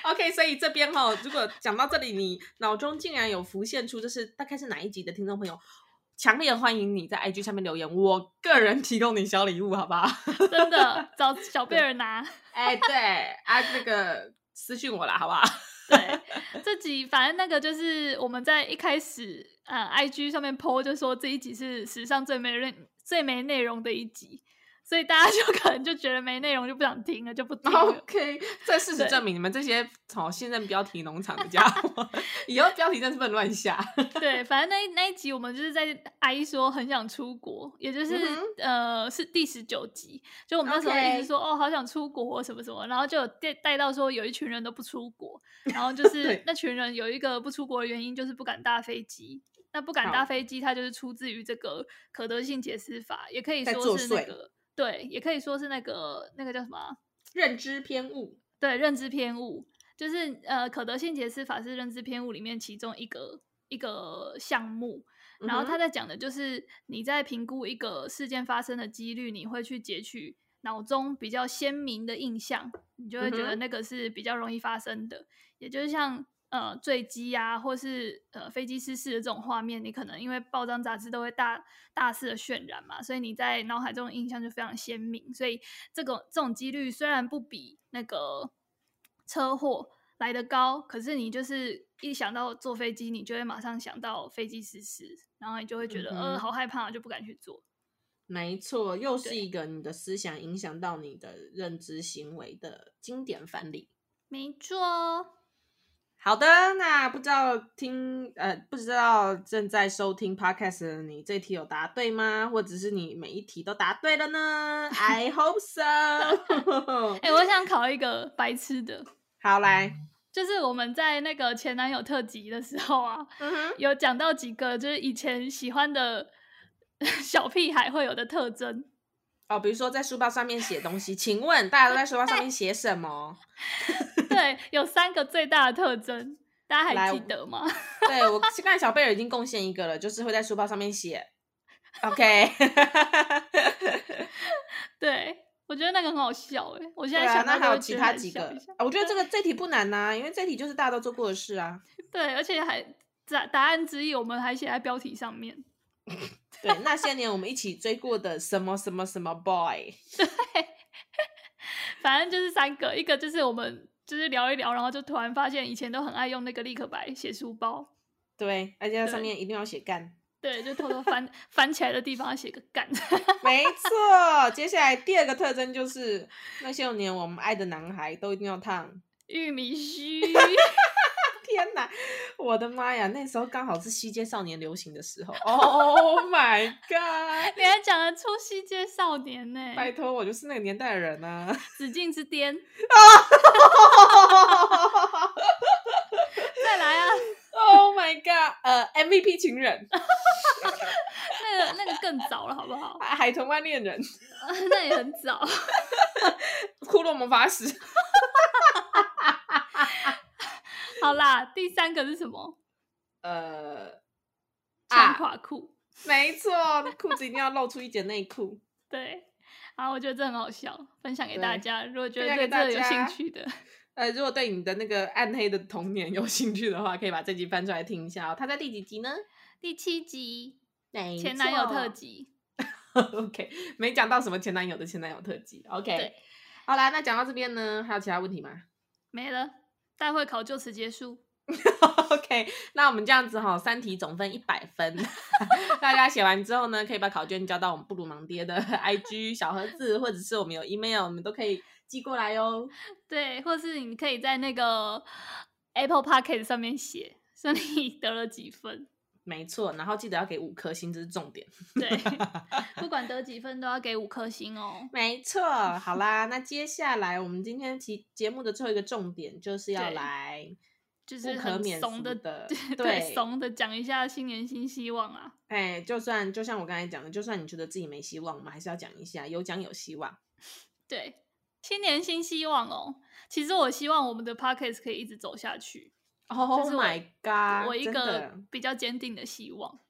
S2: OK，所以这边哈、如果讲到这里，你脑中竟然有浮现出这是大概是哪一集的听众朋友，强烈欢迎你在 IG 上面留言，我个人提供你小礼物，好不 好？
S1: 真的找小贝儿拿。
S2: 哎，对啊，那个私信我啦，好不好？
S1: 对，这集反正那个就是我们在一开始呃 IG 上面 PO 就说这一集是史上最没内最没内容的一集，所以大家就可能就觉得没内容就不想听了，就不听了。
S2: OK，这事实
S1: 对
S2: 证明你们这些哦现任标题农场的家 伙，以后标题真是不能乱下。
S1: 对，反正那一那一集我们就是在哀说很想出国，也就是、
S2: 嗯哼
S1: 呃是第十九集，就我们那时候一
S2: OK
S1: 直说哦好想出国什么什么，然后就有带带到说有一群人都不出国，然 后就
S2: 对
S1: 是那群人有一个不出国的原因就是不敢搭飞机。那不敢搭
S2: 好
S1: 飞机，它就是出自于这个可得性解释法，也可以
S2: 在
S1: 说
S2: 作
S1: 是那
S2: 祟
S1: 个对，也可以说是那个那个叫什么啊
S2: 认知偏误。
S1: 对认知偏误，就是呃可得性解释法是认知偏误里面其中一个一个项目。然后
S2: 嗯哼
S1: 他在讲的就是你在评估一个事件发生的几率，你会去截取脑中比较鲜明的印象，你就会觉
S2: 嗯
S1: 得
S2: 哼
S1: 那个是比较容易发生的。也就是像呃坠机啊，或是呃飞机失事的这种画面，你可能因为报章杂志都会大大肆的渲染嘛，所以你在脑海中的印象就非常鲜明。所以这种这种几率虽然不比那个车祸来的高，可是你就是一想到坐飞机，你就会马上想到飞机失事，然后你就会觉得、
S2: 嗯哼
S1: 呃好害怕，就不敢去做。
S2: 没错，又是
S1: 对
S2: 一个你的思想影响到你的认知行为的经典反例。
S1: 没错，
S2: 好的，那不知道听呃，不知道正在收听 podcast 的你，这题有答对吗？或者是你每一题都答对了呢？I hope so
S1: 哎、我想考一个白痴的，
S2: 好来，
S1: 就是我们在那个前男友特辑的时候啊，
S2: 嗯哼，
S1: 有讲到几个就是以前喜欢的 小屁孩会有的特 征。
S2: 哦，比如说在书包上面写东西，请问大家都在书包上面写什么？
S1: 对，有三个最大的特征，大家
S2: 来
S1: 还记得吗？
S2: 对我刚才小贝尔已经贡献一个了，就是会在书包上面写。OK，
S1: 对，我觉得那个很好笑哎、我现
S2: 对
S1: 在
S2: 啊，
S1: 想
S2: 那
S1: 到
S2: 还有
S1: 就
S2: 其
S1: 觉得
S2: 他
S1: 很
S2: 几
S1: 笑
S2: 个
S1: 一下。
S2: 啊我觉得这个这题不难呐、因为这题就是大家都做过的事 啊。
S1: 对，而且还答答案之一，我们还写在标题上面。
S2: 对，那些年我们一起追过的什么什么什么 boy，
S1: 反正就是三个，一个就是我们就是聊一聊，然后就突然发现以前都很爱用那个立可白写书包，
S2: 对，而且它上
S1: 对
S2: 面一定要写 干，
S1: 对，就偷偷翻 翻起来的地方要写个干。
S2: 没错。接下来第二个特征就是那些年我们爱的男孩都一定要烫。
S1: 玉米须，
S2: 天哪，我的妈呀！那时候刚好是西街少年流行 的时候。Oh my god！
S1: 你还讲得出西街少年呢、
S2: 拜托，我就是那个年代的人 啊。
S1: 紫禁之巅，再来啊，
S2: Oh my god！呃，MVP 情人，
S1: 那个那个更早了，好不好？
S2: 海豚湾恋人，
S1: 那也很早，
S2: 骷髅魔法使。
S1: 好啦，第三个是什么？
S2: 呃，
S1: 穿
S2: 啊，
S1: 垮裤，
S2: 没错，裤子一定要露出一截内裤。
S1: 对。好，我觉得这很好笑，分享给大
S2: 对
S1: 家。如果觉
S2: 分
S1: 得
S2: 享
S1: 对这
S2: 给大
S1: 个有
S2: 家
S1: 兴趣的，
S2: 呃，如果对你的那个暗黑的童年有兴趣的话，可以把这集翻出来听一下哦。它在第几集呢？
S1: 第七集
S2: 没
S1: 前男友特
S2: 错。
S1: 辑，
S2: OK，没讲到什么前男友的前男友特辑。OK，
S1: 对
S2: 好啦，那讲到这边呢，还有其他问题吗
S1: 没了，大会考就此结束。
S2: ？OK，那我们这样子哈、三题总分一百分， 大家写完之后呢，可以把考卷交到我们布鲁芒爹的 IG 小盒子，或者是我们有 email，我们都可以寄过来哦。
S1: 对，或是你可以在那个 Apple p o c k e t 上面写，说你得了几分。
S2: 没错，然后记得要给五颗星，这是重点。
S1: 对， 不管得几分都要给五颗星哦。
S2: 没错，好啦，那接下来我们今天其节目的最后一个重点就是要
S1: 对
S2: 来
S1: 就是
S2: 不可
S1: 很
S2: 免
S1: 怂
S2: 俗
S1: 的，
S2: 的对
S1: 对，怂的讲一下新年新希望啊。
S2: 哎，就算就像我刚才讲的，就算你觉得自己没希望，我们还是要讲一下，有奖有希望。
S1: 对，新年新希望哦。其实我希望我们的 p o c k e t 可以一直走下去，
S2: Oh
S1: 是我
S2: my
S1: 哦
S2: god！
S1: 我一
S2: 真
S1: 个
S2: 的
S1: 比较坚定的希望。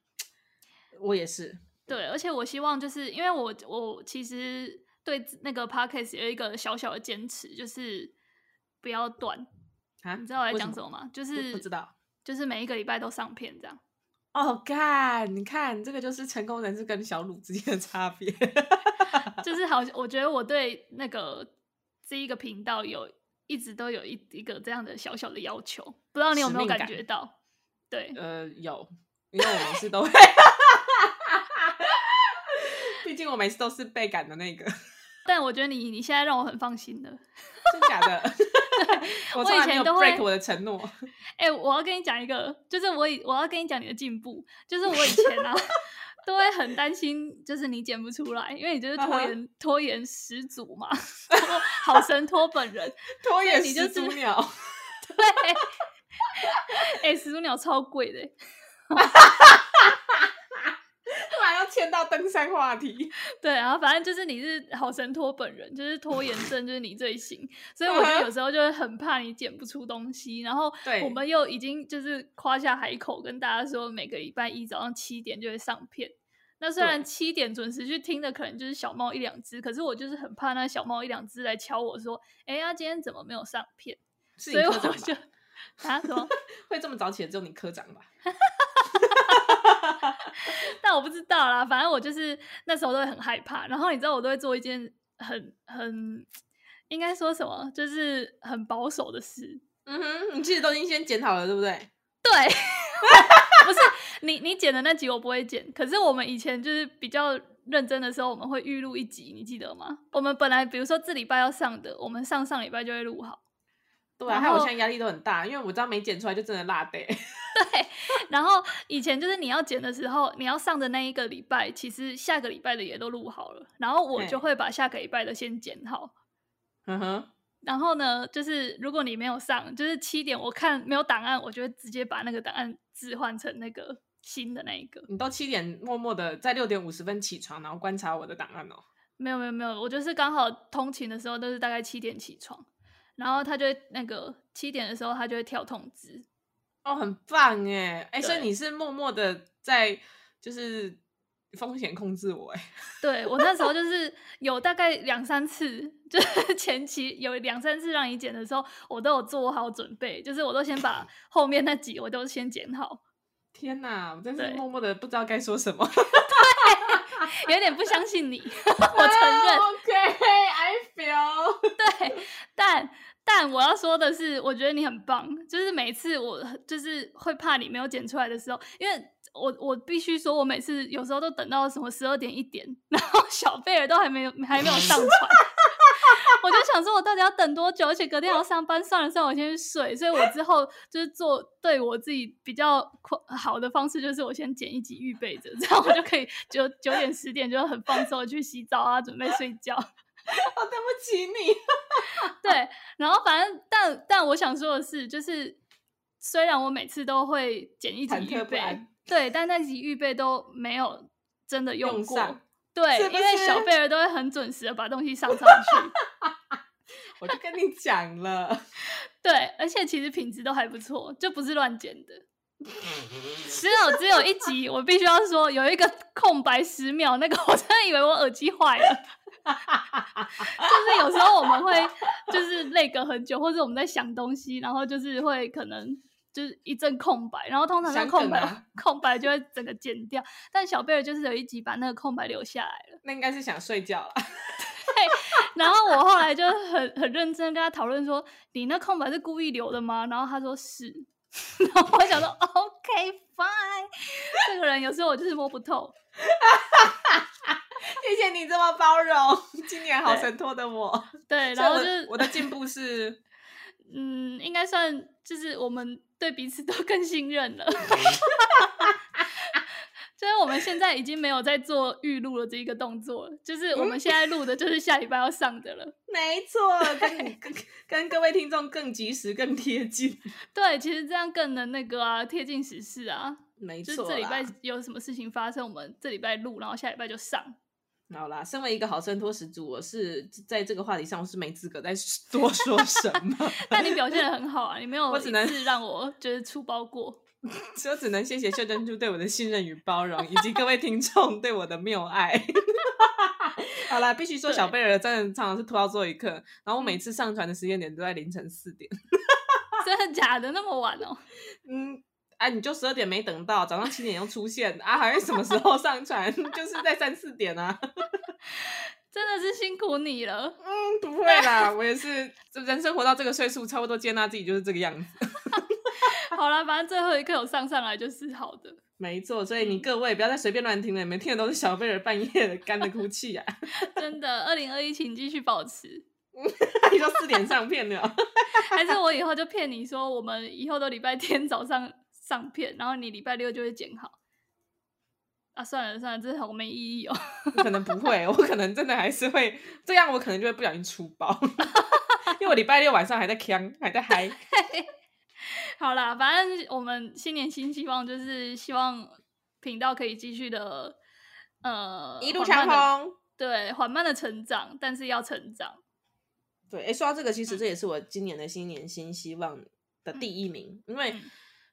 S2: 我也是，
S1: 对，而且我希望就是因为我我其实对自那个 p o c k e t 有一个小小的坚持，就是不要断。
S2: 啊
S1: 你知道我在
S2: 为
S1: 讲
S2: 什
S1: 什么吗？就
S2: 不
S1: 是
S2: 不知，道。
S1: 就是每一个礼拜都上片这样。
S2: 哦、干，你看这个就是成功人士跟小鲁之间的差别。
S1: 就是好，我觉得我对那个这一个频道有一直都有一一个这样的小小的要求，不知道你有没
S2: 使
S1: 有
S2: 命
S1: 感
S2: 感
S1: 觉到？对，
S2: 呃，有，因为我每次都会， 毕竟我每次都是被赶的那个，
S1: 但我觉得你你现在让我很放心了。
S2: 真假 的？我
S1: 我
S2: 从
S1: 以
S2: 来没
S1: 前
S2: 有
S1: 都会
S2: break 我的承 诺。
S1: 哎、我要跟你讲一个，就是我以我要跟你讲你的进步，就是我以前啊都会很担心，就是你剪不出来，因为你就是
S2: 嗯
S1: 拖延、拖延十足嘛， 好神拖本人。
S2: 拖延
S1: 你就
S2: 始祖
S1: 是
S2: 鸟，
S1: 哎、始祖鸟超贵的、 欸
S2: 突然要牵到登山话题。
S1: 对，然后反正就是你是好神拖本人，就是拖延症，就是你最 行。所以我觉得有时候就是很怕你剪不出东西。然后
S2: 对
S1: 我们又已经就是夸下海口跟大家说，每个礼拜一早上七点就会上片。那虽然
S2: 对
S1: 七点准时去听的可能就是小猫一两只，可是我就是很怕那小猫一两只来敲我说：“哎呀，今天怎么没有上片？”
S2: 是你
S1: 所以
S2: 科
S1: 我
S2: 长吧？
S1: 就 啊什么？
S2: 会这么早起的只有你科长吧？
S1: 但我不知道啦，反正我就是那时候都会很害怕，然后你知道我都会做一件很很应该说什么，就是很保守的事。
S2: 嗯哼，你其实都已经先检讨了，对不对？
S1: 对，不是你你剪的那集我不会剪，可是我们以前就是比较认真的时候，我们会预录一集，你记得吗？我们本来比如说这礼拜要上的，我们上上礼拜就会录好，
S2: 对啊，
S1: 然
S2: 害我
S1: 后
S2: 现在压力都很大，因为我知道没剪出来就真的落得。
S1: 然后以前就是你要剪的时候，你要上的那一个礼拜，其实下个礼拜的也都录好了，然后我
S2: 对
S1: 就会把下个礼拜的先剪好。
S2: 嗯哼，
S1: 然后呢，就是如果你没有上，就是七点我看没有档案，我就会直接把那个档案置换成那个新的那一个。
S2: 你都七点默默的在六点五十分起床，然后观察我的档案哦。
S1: 没有没有没有，我就是刚好通勤的时候都是大概七点起床，然后他就会那个七点的时候他就会跳通知。
S2: 哦，很棒哎哎，
S1: 对
S2: 所以你是默默的在就是风险控制我哎。
S1: 对我那时候就是有大概两三次，就是前期有两三次让你剪的时候，我都有做好准备，就是我都先把后面那几我都先剪好，
S2: 天哪，我真是
S1: 对
S2: 默默的不知道该说什么。
S1: 有点不相信你， 我承认。
S2: 哎 OK，I feel。
S1: 但但我要说的是，我觉得你很棒，就是每次我就是会怕你没有剪出来的时候，因为我我必须说，我每次有时候都等到什么十二点一点，然后小贝尔都还没有还没有上传。 我就想说，我到底要等多久？而且隔天还要上班，算了算了，我先去睡。所以我之后就是做对我自己比较宽好的方式，就是我先剪一集预备着，这样我就可以九九点十点就很放松地去洗澡啊，准备睡觉。
S2: 哦，对不起你。
S1: 对，然后反正但但我想说的是，就是虽然我每次都会剪一集
S2: 忐忑
S1: 预
S2: 不
S1: 备
S2: 安，
S1: 对，但那集预备都没有真的
S2: 用
S1: 过。
S2: 上
S1: 对，
S2: 是不
S1: 因为小
S2: 是
S1: 贝儿都会很准时的把东西上上去。
S2: 我就跟你讲了。
S1: 对，而且其实品质都还不错，就不是乱剪的。只有只有一集，我必须要说有一个空白十秒，那个我真的以为我耳机坏了。就是有时候我们会就是累隔很久，或者我们在想东西，然后就是会可能就是一阵空白，然后通常那
S2: 想
S1: 空
S2: 梗
S1: 白、
S2: 啊
S1: 空白就会整个剪掉。但小贝尔就是有一集把那个空白留下来了，
S2: 那应该是想睡觉了。
S1: 然后我后来就很很认真跟他讨论说：“你那空白是故意留的吗？”然后他说是， 然后我想说 OK fine，这 个人有时候我就是摸不透。
S2: 谢谢你这么包容，今年好
S1: 对
S2: 神托的我。
S1: 对，
S2: 所
S1: 然
S2: 以
S1: 后
S2: 我
S1: 就是
S2: 我的进步是
S1: 嗯，应该算就是我们对彼此都更信任 了。就是我们现在已经没有在做预录了这一个动作了，就是
S2: 嗯
S1: 我们现在录的就是下礼拜要上的了。
S2: 没错，跟你跟跟各位听众更及时、更贴近。
S1: 对，其实这样更能那个啊，贴近时事啊。
S2: 没
S1: 就
S2: 错
S1: 是
S2: 啦，
S1: 这礼拜有什么事情发生，我们这礼拜录，然后下礼拜就 上。
S2: 好啦，身为一个好生托始祖，我是在这个话题上我是没资格再 多说什么，
S1: 但你表现的很好啊，你没有
S2: 我只能
S1: 一次让我就是出包 过。
S2: 就只能谢谢秀珍珠对我的信任与包容，以及各位听众对我的谬爱。 好啦，必须说
S1: 对
S2: 小贝尔真的常常是拖到最后一刻，然后我每次上传的时间点都在凌晨四点。
S1: 真的假的？那么晚哦？
S2: 嗯，啊，你就十二点没等到，早上七点又出现啊，还会什么时候上传？ 就是在三四点啊。
S1: 真的是辛苦你了。
S2: 嗯，不会啦，我也是 人生活到这个岁数，差不多接纳自己就是这个样子。
S1: 好啦，反正最后一刻有上上来就是好的。
S2: 没错，所以你
S1: 嗯
S2: 各位不要再随便乱听了，你们听的都是小贝儿半夜的干的哭泣 啊！
S1: 真的，二零二一请继续保持。
S2: 你说四点上片了，
S1: 还是我以后就骗你说，我们以后都礼拜天 早上上片，然后你礼拜六就会剪好。啊，算了算了，这好没意义哦。
S2: 可能不会，我可能真的还是会这样，我可能就会不小心出包， 因为我礼拜六晚上还在呛，还在嗨。
S1: 好啦，反正我们新年新希望，就是希望频道可以继续的，呃，缓慢地，
S2: 风。
S1: 对，缓慢的成长，但是要成长。
S2: 对，哎、说到这个，其实这也是我今年的新年新希望的第一名，因为、
S1: 嗯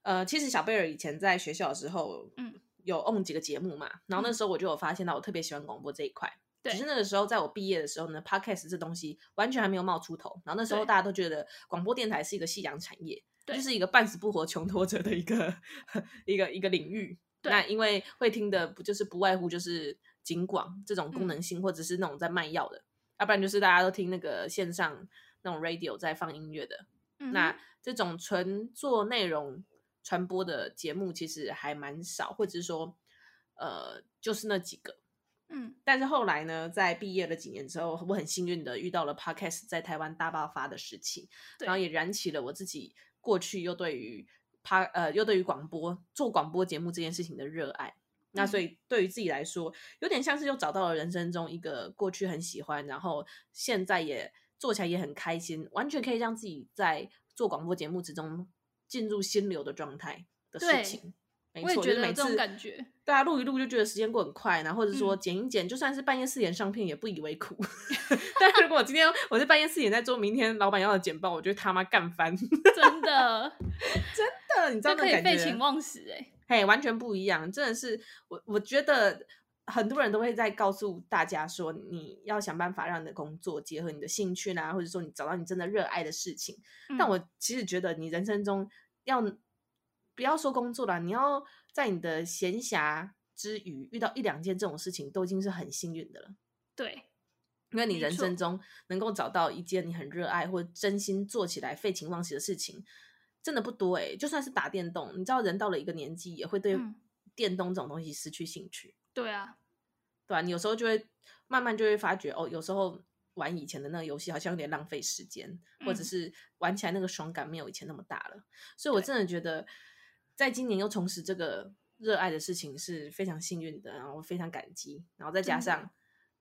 S2: 呃，其实小贝尔以前在学校的时候，
S1: 嗯，
S2: 有 on 几个节目嘛，然后那
S1: 嗯
S2: 时候我就有发现到我特别喜欢广播这一块。
S1: 对
S2: 只是那个时候，在我毕业的时候呢，podcast 这东西完全还没有冒出头。然后那时候
S1: 对
S2: 大家都觉得广播电台是一个夕阳产业，
S1: 对
S2: 就是一个半死不活穷拖着的一个 一个一个领域。
S1: 对
S2: 那因为会听的不就是不外乎就是警广这
S1: 嗯
S2: 种功能性，或者是那种在卖药的，要不然就是大家都听那个线上那种 radio 在放音乐的。
S1: 嗯哼
S2: 那这种纯做内容传播的节目其实还蛮少，或者是说，呃，就是那几个。
S1: 嗯
S2: 但是后来呢，在毕业了几年之后，我很幸运的遇到了 podcast 在台湾大爆发的时期，
S1: 对
S2: 然后也燃起了我自己过去又对于 p 呃又对于广播做广播节目这件事情的热爱。那所
S1: 嗯
S2: 以对于自己来说，有点像是又找到了人生中一个过去很喜欢，然后现在也做起来也很开心，完全可以让自己在做广播节目之中进入心流的状态的
S1: 对
S2: 事情。没
S1: 我也
S2: 错，
S1: 觉
S2: 就是
S1: 得有
S2: 每
S1: 这种
S2: 次
S1: 感觉。
S2: 大家啊录一录就觉得时间过很快，然后或者说
S1: 嗯
S2: 剪一剪，就算是半夜四点上片也不以为苦。 但如果我今天我是半夜四点在做，明天老板要的简报，我就他妈干翻。 真
S1: 真 的，
S2: 的，你知道
S1: 这
S2: 那
S1: 可以
S2: 感
S1: 废寝
S2: 觉？
S1: 忘食哎、
S2: 嘿，完全不一样，真的是我我觉得。很多人都会在告诉大家说，你要想办法让你的工作结合你的兴趣啦，或者说你找到你真的热爱的事情。但
S1: 嗯
S2: 我其实觉得，你人生中要不要说工作啦，你要在你的闲暇之余遇到一两件这种事情，都已经是很幸运的了。
S1: 对
S2: 因为你
S1: 没
S2: 人生
S1: 错
S2: 中能够找到一件你很热爱或真心做起来废寝忘食的事情，真的不多诶、就算是打电动，你知道人到了一个年纪，也会对
S1: 嗯
S2: 电动这种东西失去兴趣，
S1: 对啊，
S2: 对吧、你有时候就会慢慢就会发觉，哦，有时候玩以前的那个游戏好像有点浪费时间，或者
S1: 嗯
S2: 是玩起来那个爽感没有以前那么大了。所以我
S1: 对
S2: 真的觉得，在今年又重拾这个热爱的事情是非常幸运的，然后非常感激，然后再加
S1: 真的
S2: 上，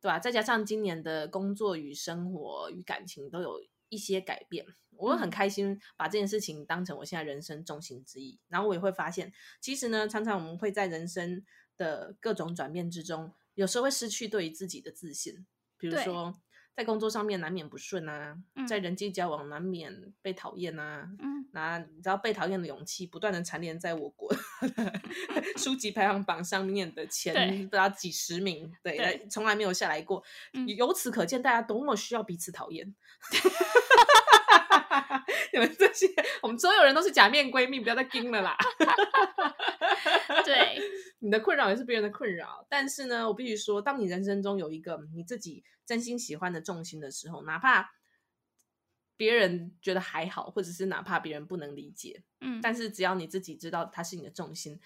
S2: 对吧、啊再加上今年的工作与生活与感情都有一些改变，我会很
S1: 嗯
S2: 开心把这件事情当成我现在人生重心之一。然后我也会发现，其实呢，常常我们会在人生的各种转变之中，有时候会失去对于自己的自信，比如
S1: 对
S2: 说。在工作上面难免不顺啊，
S1: 嗯
S2: 在人际交往难免被讨厌啊。
S1: 嗯，
S2: 那你知道被讨厌的勇气不断的 蝉联在我国书籍排行榜上面的
S1: 对
S2: 前不知道几十名，对
S1: 对，
S2: 从来没有下来过。
S1: 嗯
S2: 由此可见，大家多么需要彼此讨 厌。 你们这些，我们所有人都是假面闺蜜，不要再盯了啦。
S1: 对，
S2: 你的困扰也是别人的困扰，但是呢，我必须说，当你人生中有一个你自己真心喜欢的重心的时候，哪怕别人觉得还好，或者是哪怕别人不能理解，
S1: 嗯，
S2: 但是只要你自己知道它是你的重心，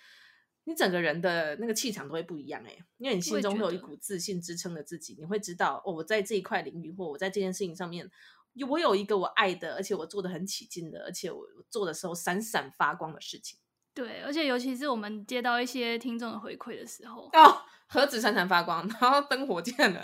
S2: 你整个人的那个气场都会不一样哎、因为你
S1: 我
S2: 心
S1: 也
S2: 中
S1: 觉
S2: 会有一
S1: 得
S2: 股自信支撑着自己，你会知道哦，我在这一块领域或我在这件事情上面。有我有一个我爱的，而且我做的很起劲的，而且我我做的时候闪闪发光的事情
S1: 对，而且尤其是我们接到一些听众的回馈的时候，
S2: 哦，何止闪闪发光，然后灯火见了，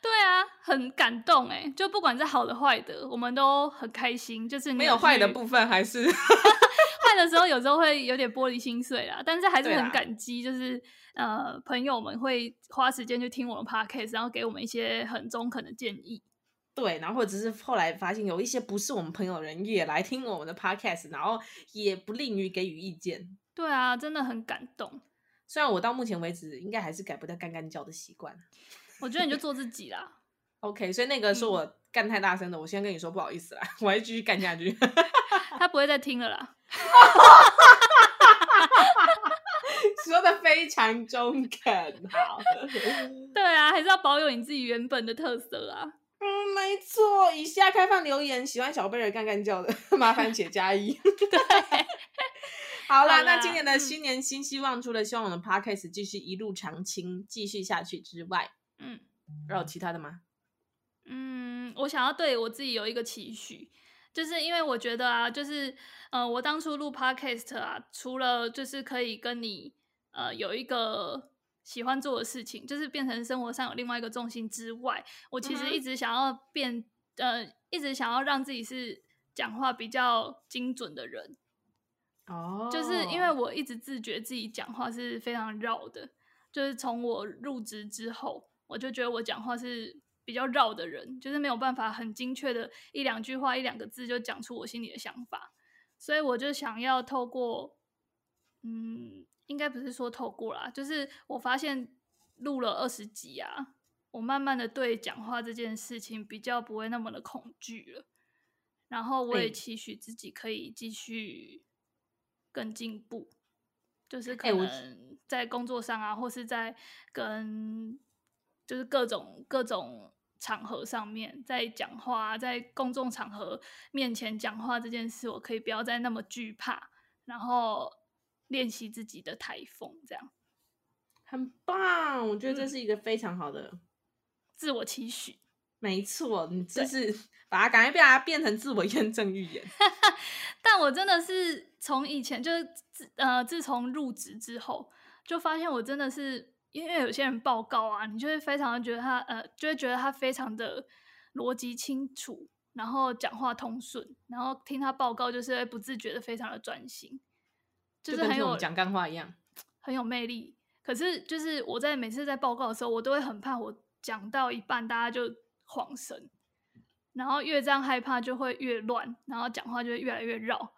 S1: 对啊，很感动哎，就不管是好的坏的，我们都很开心。就是你
S2: 没有坏的
S1: 去
S2: 部分还是
S1: 坏的时候有时候会有点玻璃心碎啦，但是还是
S2: 对
S1: 很
S2: 啦
S1: 感激，就是呃朋友们会花时间去听我们 podcast，然后给我们一些很中肯的建议。
S2: 对，然后或者是后来发现有一些不是我们朋友的人也来听我们的 podcast，然后也不吝于给予意见。
S1: 对啊，真的很感动。
S2: 虽然我到目前为止应该还是改不掉干干叫的习惯。
S1: 我觉得你就做自己啦，
S2: OK，所以那个说
S1: 嗯
S2: 我干太大声的，我先跟你说不好意思啦， 我还继续干下去。
S1: 他不会再听了啦。
S2: 说的非常中肯， 好，
S1: 对啊，还是要保有你自己原本的特色啊。
S2: 嗯，没错。以下开放留言，喜欢小贝尔干干叫的， 麻烦写加 一。 好啦，
S1: 好啦
S2: 那今年的
S1: 嗯
S2: 新年新希望，除了希望我们 podcast 继续一路长青，继续下去之外，
S1: 嗯
S2: 还有其他的吗？
S1: 嗯，我想要对我自己有一个期许。就是因为我觉得啊，就是呃，我当初录 podcast 啊，除了就是可以跟你呃有一个喜欢做的事情，就是变成生活上有另外一个重心之外，我其
S2: 嗯
S1: 实
S2: 哼
S1: 一直想要变、呃，一直想要让自己是讲话比较精准的人，
S2: 哦
S1: 就是因为我一直自觉自己讲话是非常绕的，就是从我入职之后，我就觉得我讲话是比较绕的人，就是没有办法很精确的一两句话、一两个字就讲出我心里的想法，所以我就想要透过，嗯，应该不是说透过啦，就是我发现录了二十集啊，我慢慢的对讲话这件事情比较不会那么的恐惧了，然后我也
S2: 哎
S1: 期许自己可以继续更进步，就是可
S2: 哎我
S1: 能在工作上啊，或是在跟就是各种各种场合上面，在讲话啊、在公众场合面前讲话这件事，我可以不要再那么惧怕，然后练习自己的台风，这样
S2: 很棒，我觉得这
S1: 嗯
S2: 是一个非常好的，
S1: 自我期许。
S2: 没错，你这
S1: 对
S2: 是把它赶快把它变成自我验证预言。
S1: 但我真的是从以前就是自呃自从入职之后，就发现我真的是因为有些人报告啊，你就会非常的觉得他呃，就会觉得他非常的逻辑清楚，然后讲话通顺，然后听他报告就是会不自觉的非常的专心， 就是
S2: 跟
S1: 很
S2: 听我
S1: 有
S2: 们讲干话一样。
S1: 很有魅力。可是就是我在每次在报告的时候，我都会很怕我讲到一半大家就晃神，然后越这样害怕就会越乱，然后讲话就会越来越绕，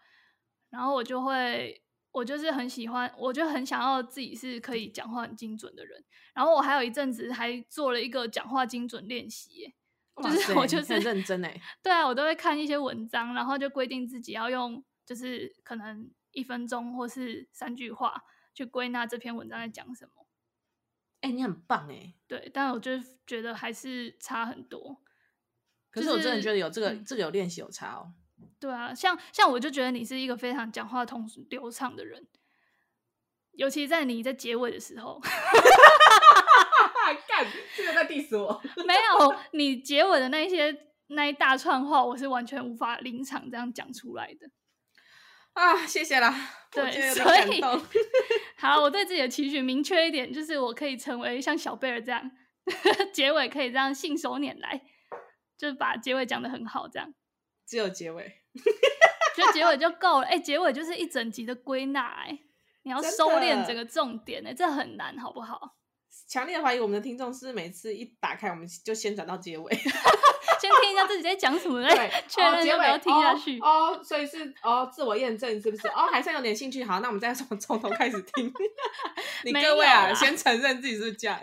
S1: 然后我就会。我就是很喜欢，我就很想要自己是可以讲话很精准的人。然后我还有一阵子还做了一个讲话精准练习耶，
S2: 哇
S1: 就是
S2: 塞
S1: 我就
S2: 你很
S1: 是
S2: 认真哎，
S1: 对啊，我都会看一些文章，然后就规定自己要用，就是可能一分钟或是三句话去归纳这篇文章在讲什么。
S2: 哎、你很棒哎、
S1: 对，但我就是觉得还是差很多。
S2: 可
S1: 就是
S2: 我真的觉得有这个、
S1: 嗯
S2: 这个有练习有差哦。
S1: 对啊，像像我就觉得你是一个非常讲话通顺流畅的人，尤其在你在结尾的时候，
S2: 干，这个在 diss 我。
S1: 没有你结尾的那些那一大串话，我是完全无法临场这样讲出来的。
S2: 啊，谢谢 啦，我
S1: 对
S2: 觉得有点
S1: 所以
S2: 感动
S1: 好，我对自己的期许明确一点，就是我可以成为像小贝儿这样，结尾可以这样信手拈来，就是把结尾讲得很好，这样
S2: 只有结尾，
S1: 就结尾就够了。哎、结尾就是一整集的归纳、哎，你要
S2: 真的
S1: 收敛整个重点、哎，这很难，好不好？
S2: 强烈怀疑我们的听众是每次一打开，我们就先转到结尾，
S1: 先听一下自己在讲什么， 再确认要不要听下去。
S2: 哦，哦所以是哦，自我验证是不是？哦，还算有点兴趣。好，那我们再从从头开始 听。你
S1: 没
S2: 各位
S1: 有
S2: 啊，
S1: 啦
S2: 先承认自己是这 样。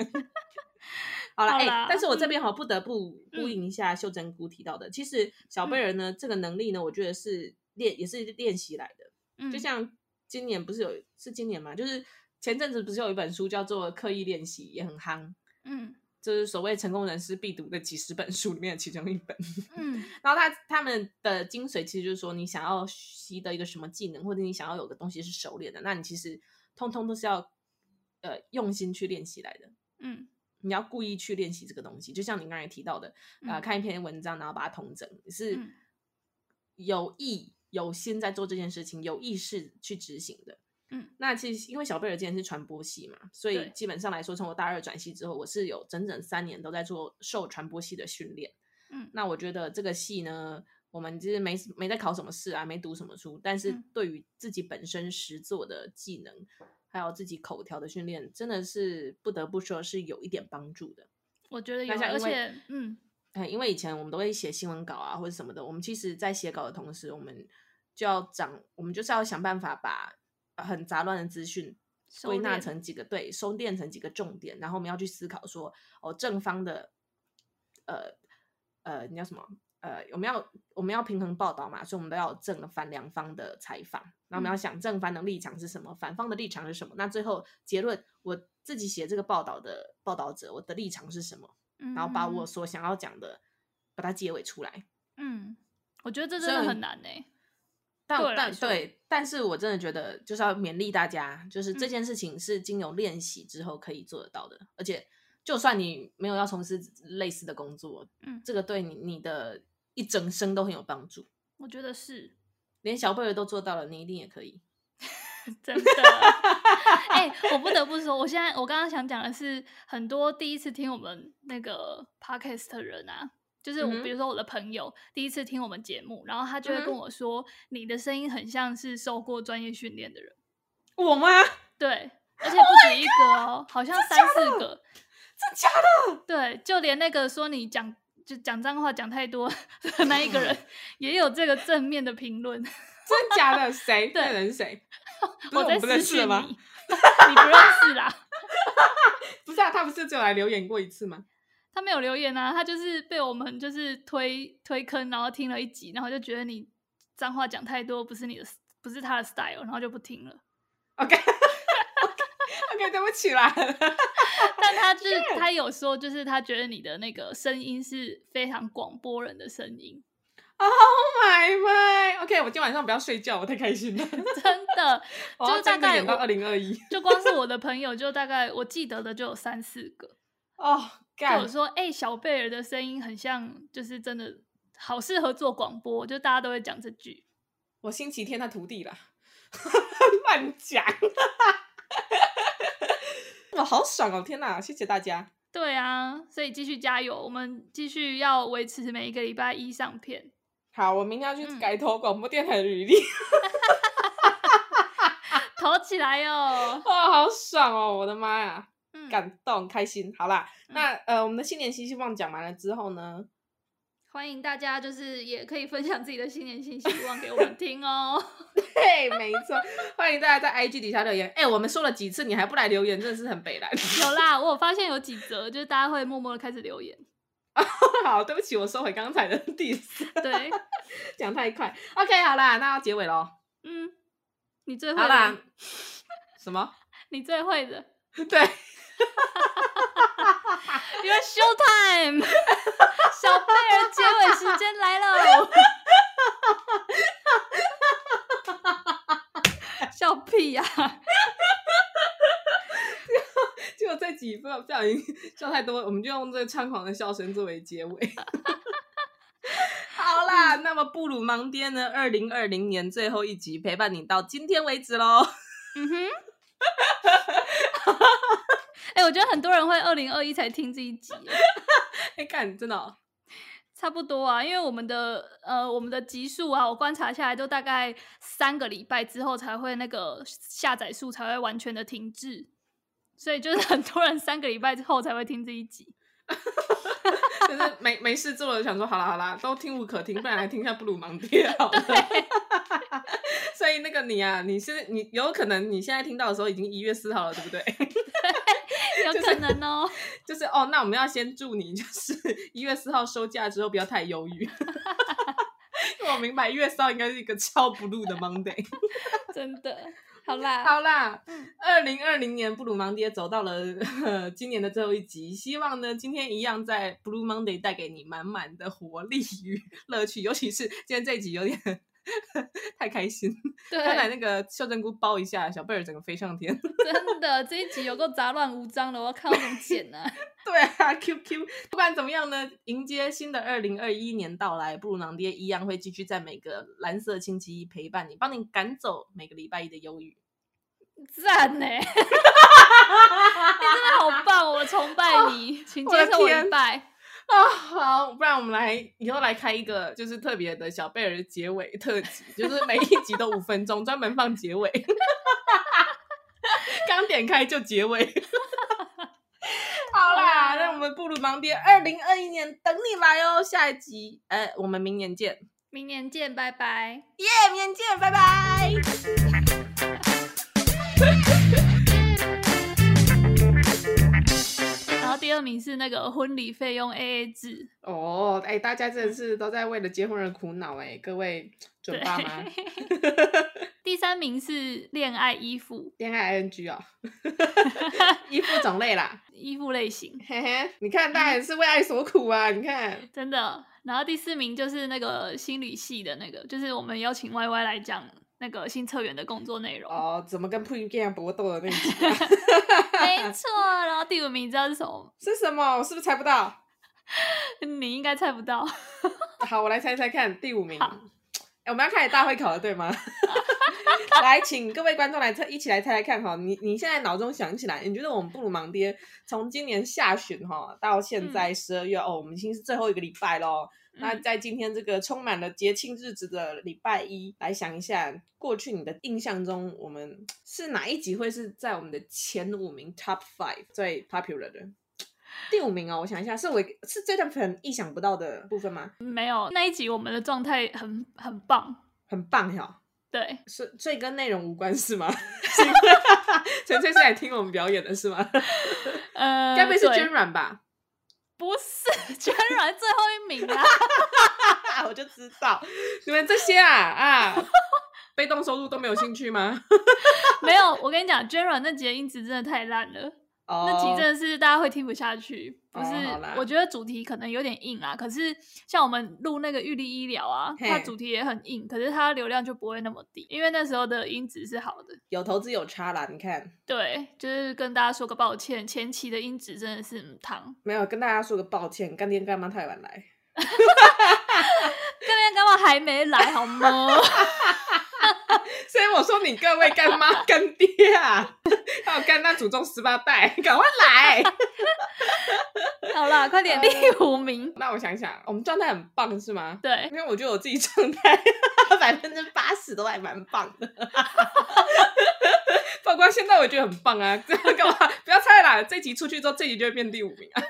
S2: 好了，
S1: 好
S2: 哎、
S1: 啦
S2: 但是我这边哈不得不呼
S1: 嗯
S2: 应一下秀珍菇提到的，其实小贝尔呢、这个能力呢，我觉得是练也是练习来的。
S1: 嗯，
S2: 就像今年不是有是今年嘛，就是前阵子不是有一本书叫做《刻意练习》，也很夯，
S1: 嗯
S2: 就是所谓成功人士必读的几十本书里面的其中一本。
S1: 嗯
S2: 然后他他们的精髓其实就是说，你想要习得一个什么技能，或者你想要有个东西是熟练的，那你其实通通都是要呃用心去练习来的。
S1: 嗯
S2: 你要故意去练习这个东西，就像你刚才提到的，啊、
S1: 嗯
S2: 看一篇文章，然后把它统整，你是
S1: 嗯
S2: 有意有心在做这件事情，有意识去执行的。
S1: 嗯，
S2: 那其实因为小贝尔之前是传播系嘛，所以
S1: 对
S2: 基本上来说，从我大二转系之后，我是有整整三年都在做受传播系的训练。
S1: 嗯
S2: 那我觉得这个系呢，我们就是没没在考什么试啊，没读什么书，但是
S1: 嗯
S2: 对于自己本身实做的技能，还有自己口条的训练，真的是不得不说是有一点帮助的。
S1: 我觉得有
S2: 那
S1: 啊，而
S2: 像因为
S1: 且嗯
S2: 哎，因为以前我们都会写新闻稿啊或者什么的，我们其实在写稿的同时，我们就要掌，我们就是要想办法把呃很杂乱的资讯
S1: 收
S2: 归纳
S1: 敛
S2: 成几个对，收敛成几个重点，然后我们要去思考说，哦，正方的，呃呃，你叫什么？呃，我们要我们要平衡报道嘛，所以我们都要有正反两方的采访，那我们要
S1: 嗯
S2: 想正方的立场是什么，反方的立场是什么，那最后结论，我自己写这个报道的报道者，我的立场是什么？
S1: 嗯，
S2: 然后把我所想要讲的，把它结尾出来。
S1: 嗯，我觉得这真
S2: 所以
S1: 的
S2: 我
S1: 很难诶。
S2: 但
S1: 对我来
S2: 但
S1: 说
S2: 对，但是我真的觉得就是要勉励大家，就是这
S1: 嗯
S2: 件事情是经由练习之后可以做得到的，而且就算你没有要从事类似的工作，
S1: 嗯
S2: 这个对你你的一整生都很有帮助。
S1: 我觉得是
S2: 连小贝儿都做到了，你一定也可以。
S1: 真 的。哎、我不得不说，我现在我刚刚想讲的是，很多第一次听我们那个 podcast 的人啊，就是我
S2: 嗯，哼
S1: 比如说我的朋友第一次听我们节目，然后他就会跟
S2: 嗯哼
S1: 我说，你的声音很像是受过专业训练的人。
S2: 我 吗？
S1: 对，而且不止一个哦，好像三四个。
S2: 真假
S1: 对，就连那个说你讲就讲脏话讲太多的那一个
S2: 嗯
S1: 人，也有这个正面的评论。
S2: 的？真假的？谁？
S1: 对
S2: 那人谁？ 不
S1: 我
S2: 是我
S1: 在
S2: 们不认
S1: 私
S2: 识的
S1: 讯
S2: 吗
S1: 你，？ 你不认识啦。
S2: 不是啊，他不是就来留言过一次吗？
S1: 他没有留言啊，他就是被我们就是推推坑，然后听了一集，然后就觉得你脏话讲太多，不是你的，不是他的 style，然后就不听了。
S2: OK OK，对不起啦。
S1: 但他就是他有说，就是他觉得你的那个声音是非常广播人的声音，
S2: 买卖，OK，我今天晚上不要睡觉，我太开心了。
S1: 真 的
S2: 我要
S1: 就大
S2: 真的
S1: 概
S2: 哦演到
S1: 我
S2: 二零二一。
S1: 就光是我的朋友，就大概我记得的就有三四个，
S2: 哦，
S1: 就
S2: 干
S1: 有，说，哎、小贝尔的声音很像，就是真的好适合做广播，就大家都会讲这句。
S2: 我星期天他徒弟啦， 乱讲。我好爽哦！天哪，谢谢大家。
S1: 对啊，所以继续加油，我们继续要维持每一个礼拜一上片。
S2: 好，我明天要去
S1: 嗯
S2: 改投广播电台的履历。
S1: 投起来哟、
S2: 哦，好爽哦！我的妈呀，
S1: 嗯，
S2: 感动开心。好啦，那呃，我们的新年新希望讲完了之后 呢，
S1: 欢迎大家，就是也可以分享自己的新年新希望给我们听哦。
S2: 对，没错，欢迎大家在 IG 底下留言。哎、我们说了几次你还不来留言，真的是很北蓝。
S1: 有啦，我有发现有几则，就是大家会默默的开始留言。
S2: 好，对不起，我收回刚才的 diss，
S1: 对，
S2: 讲太快。OK，好啦，那要结尾喽。
S1: 嗯，你最
S2: 好
S1: 会
S2: 啦
S1: 的，，
S2: 什么？
S1: 你最会的
S2: 对，
S1: ，Your show time，小贝儿结尾时间来 了。笑屁呀、
S2: 结果这集不不小心笑太多，我们就用这个猖狂的笑声作为结尾。 好啦，那么布鲁盲爹呢？二零二零年最后一集陪伴你到今天为止喽。
S1: 嗯哼， 哎、我觉得很多人会二零二一才听这一集耶，
S2: 哎、看，真的哦、
S1: 差不多啊，因为我们的呃我们的集数啊，我观察下来都大概三个礼拜之后才会那个下载数才会完全的停滞。所以就是很多人三个礼拜之后才会听这一集。
S2: 就是没没事做了，想说好啦好啦，都听无可听，不然来听一下布鲁芒爹好了。 所以那个你啊，你是你有可能你现在听到的时候已经一月四号了，对不对？
S1: 有可能哦，
S2: 就是哦，那我们要先祝你，就是一月四号收假之后不要太忧郁。 因为我明白一月四号应该是一个超 blue 的 Monday。
S1: 真的。好啦，
S2: 好啦，二零二零年布鲁芒爹走到了、呃、今年的最后一集，希望呢今天一样在 Blue Monday 带给你满满的活力与乐趣，尤其是今天这一集有点 太开心，刚才
S1: 对，
S2: 那个袖珍菇包一下，小贝尔整个飞上天。
S1: 真的这一集有够杂乱无章的，我要看我怎么剪呢、
S2: 对啊，QQ，不管怎么样呢，迎接新的二零二一年到来，布鲁芒爹一样会继续在每个蓝色星期一陪伴你，帮你赶走每个礼拜一的忧郁。
S1: 赞呢、你真的好棒，我崇拜 你，请接受我
S2: 哦我的天
S1: 一拜。
S2: 啊、好，不然我们来以后来开一个就是特别的小贝尔结尾特辑，就是每一集都五分钟，专门放结尾。 刚点开就结尾。 好啦，那我们布鲁芒爹二零二一年等你来哦，下一集，呃，我们明年见，耶、
S1: 明年见，拜拜。
S2: 明年见，拜拜。
S1: 然后第二名是那个婚礼费用 AA 制，
S2: 哦，哎，大家真的是都在为了结婚而苦恼哎，各位准
S1: 对
S2: 爸妈，
S1: 第三名是恋爱衣服，
S2: 恋爱 ING 哦，衣服种类啦。
S1: 衣服类型，
S2: 嘿嘿，你看，大家也是为爱所苦啊！你看，
S1: 真的。然后第四名就是那个心理系的那个，就是我们邀请 Y Y 来讲那个新策员的工作内容。
S2: 哦，怎么跟 p u g a 搏斗的那一集
S1: 没错，然后第五名你知道是什么？
S2: 是什么？我是不是猜不到？
S1: 你应该猜不到。
S2: 好，我来猜猜看，第五名。哎我们要开始大会考了，对吗？来，请各位观众来猜，一起来猜猜看哈。你你现在脑中想起来，你觉得我们布鲁芒爹从今年下旬哈到现在十二月、哦，我们已经是最后一个礼拜喽。那
S1: 嗯
S2: 在今天这个充满了节庆日子的礼拜一，来想一下过去你的印象中，我们是哪一集会是在我们的前五名 Top Five 最 popular 的？第五名哦，我想一下，是我是这段很意想不到的部分吗？
S1: 没有那一集我们的状态很很棒，
S2: 很棒哈，
S1: 对，
S2: 所所以跟内容无关是吗？ 纯粹是来听我们表演的是吗？
S1: 呃，
S2: 该不会是
S1: 对
S2: 娟软吧？
S1: 不是娟软最后一名啊啦，
S2: 我就知道你们这些啊啊，被动收入都没有兴趣吗？
S1: 没有。我跟你讲，娟软那集的音质真的太烂了。
S2: 哦
S1: 那集真的是大家会听不下去，不是
S2: 哦好啦？
S1: 我觉得主题可能有点硬啊，可是像我们录那个玉立医疗啊，
S2: 嘿
S1: 它主题也很硬，可是它流量就不会那么低，因为那时候的音质是好的。
S2: 有投资有差啦，你看。
S1: 对，就是跟大家说个抱歉，前期的音质真的是嗯糖。
S2: 没有跟大家说个抱歉，干爹干妈太晚来。
S1: 干爹干妈还没来好 吗？
S2: 所以我说你各位干妈干爹啊，还有干妈祖宗十八代，赶快来！
S1: 好啦，快 点，第五名。
S2: 那我想想，我们状态很棒是吗？
S1: 对，
S2: 因为我觉得我自己状态 百分之八十都还蛮棒的， 包括现在我觉得很棒啊！这样干嘛？不要猜啦，这集出去之后，这集就会变第五名啊！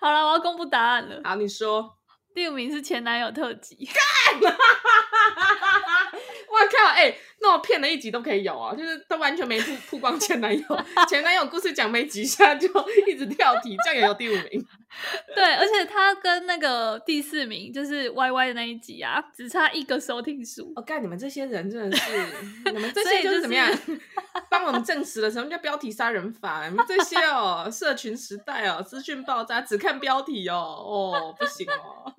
S1: 好了，我要公布答案了。
S2: 好，你说。
S1: 第五名是前男友特辑，
S2: 我靠！哎、那我骗了一集都可以有啊，就是都完全没曝曝光前男友，前男友故事讲没几下就一直跳题，这样也有第五名。
S1: 对，而且他跟那个第四名就是 Y Y 的那一集啊，只差一个收听数。
S2: 我、哦干，你们这些人真的是，你们这
S1: 所以
S2: 些
S1: 就
S2: 就
S1: 是
S2: 是怎么 样？帮我们证实了什么叫标题杀人法？你们这些哦，社群时代哦，资讯爆炸，只看标题哦，哦，不行哦。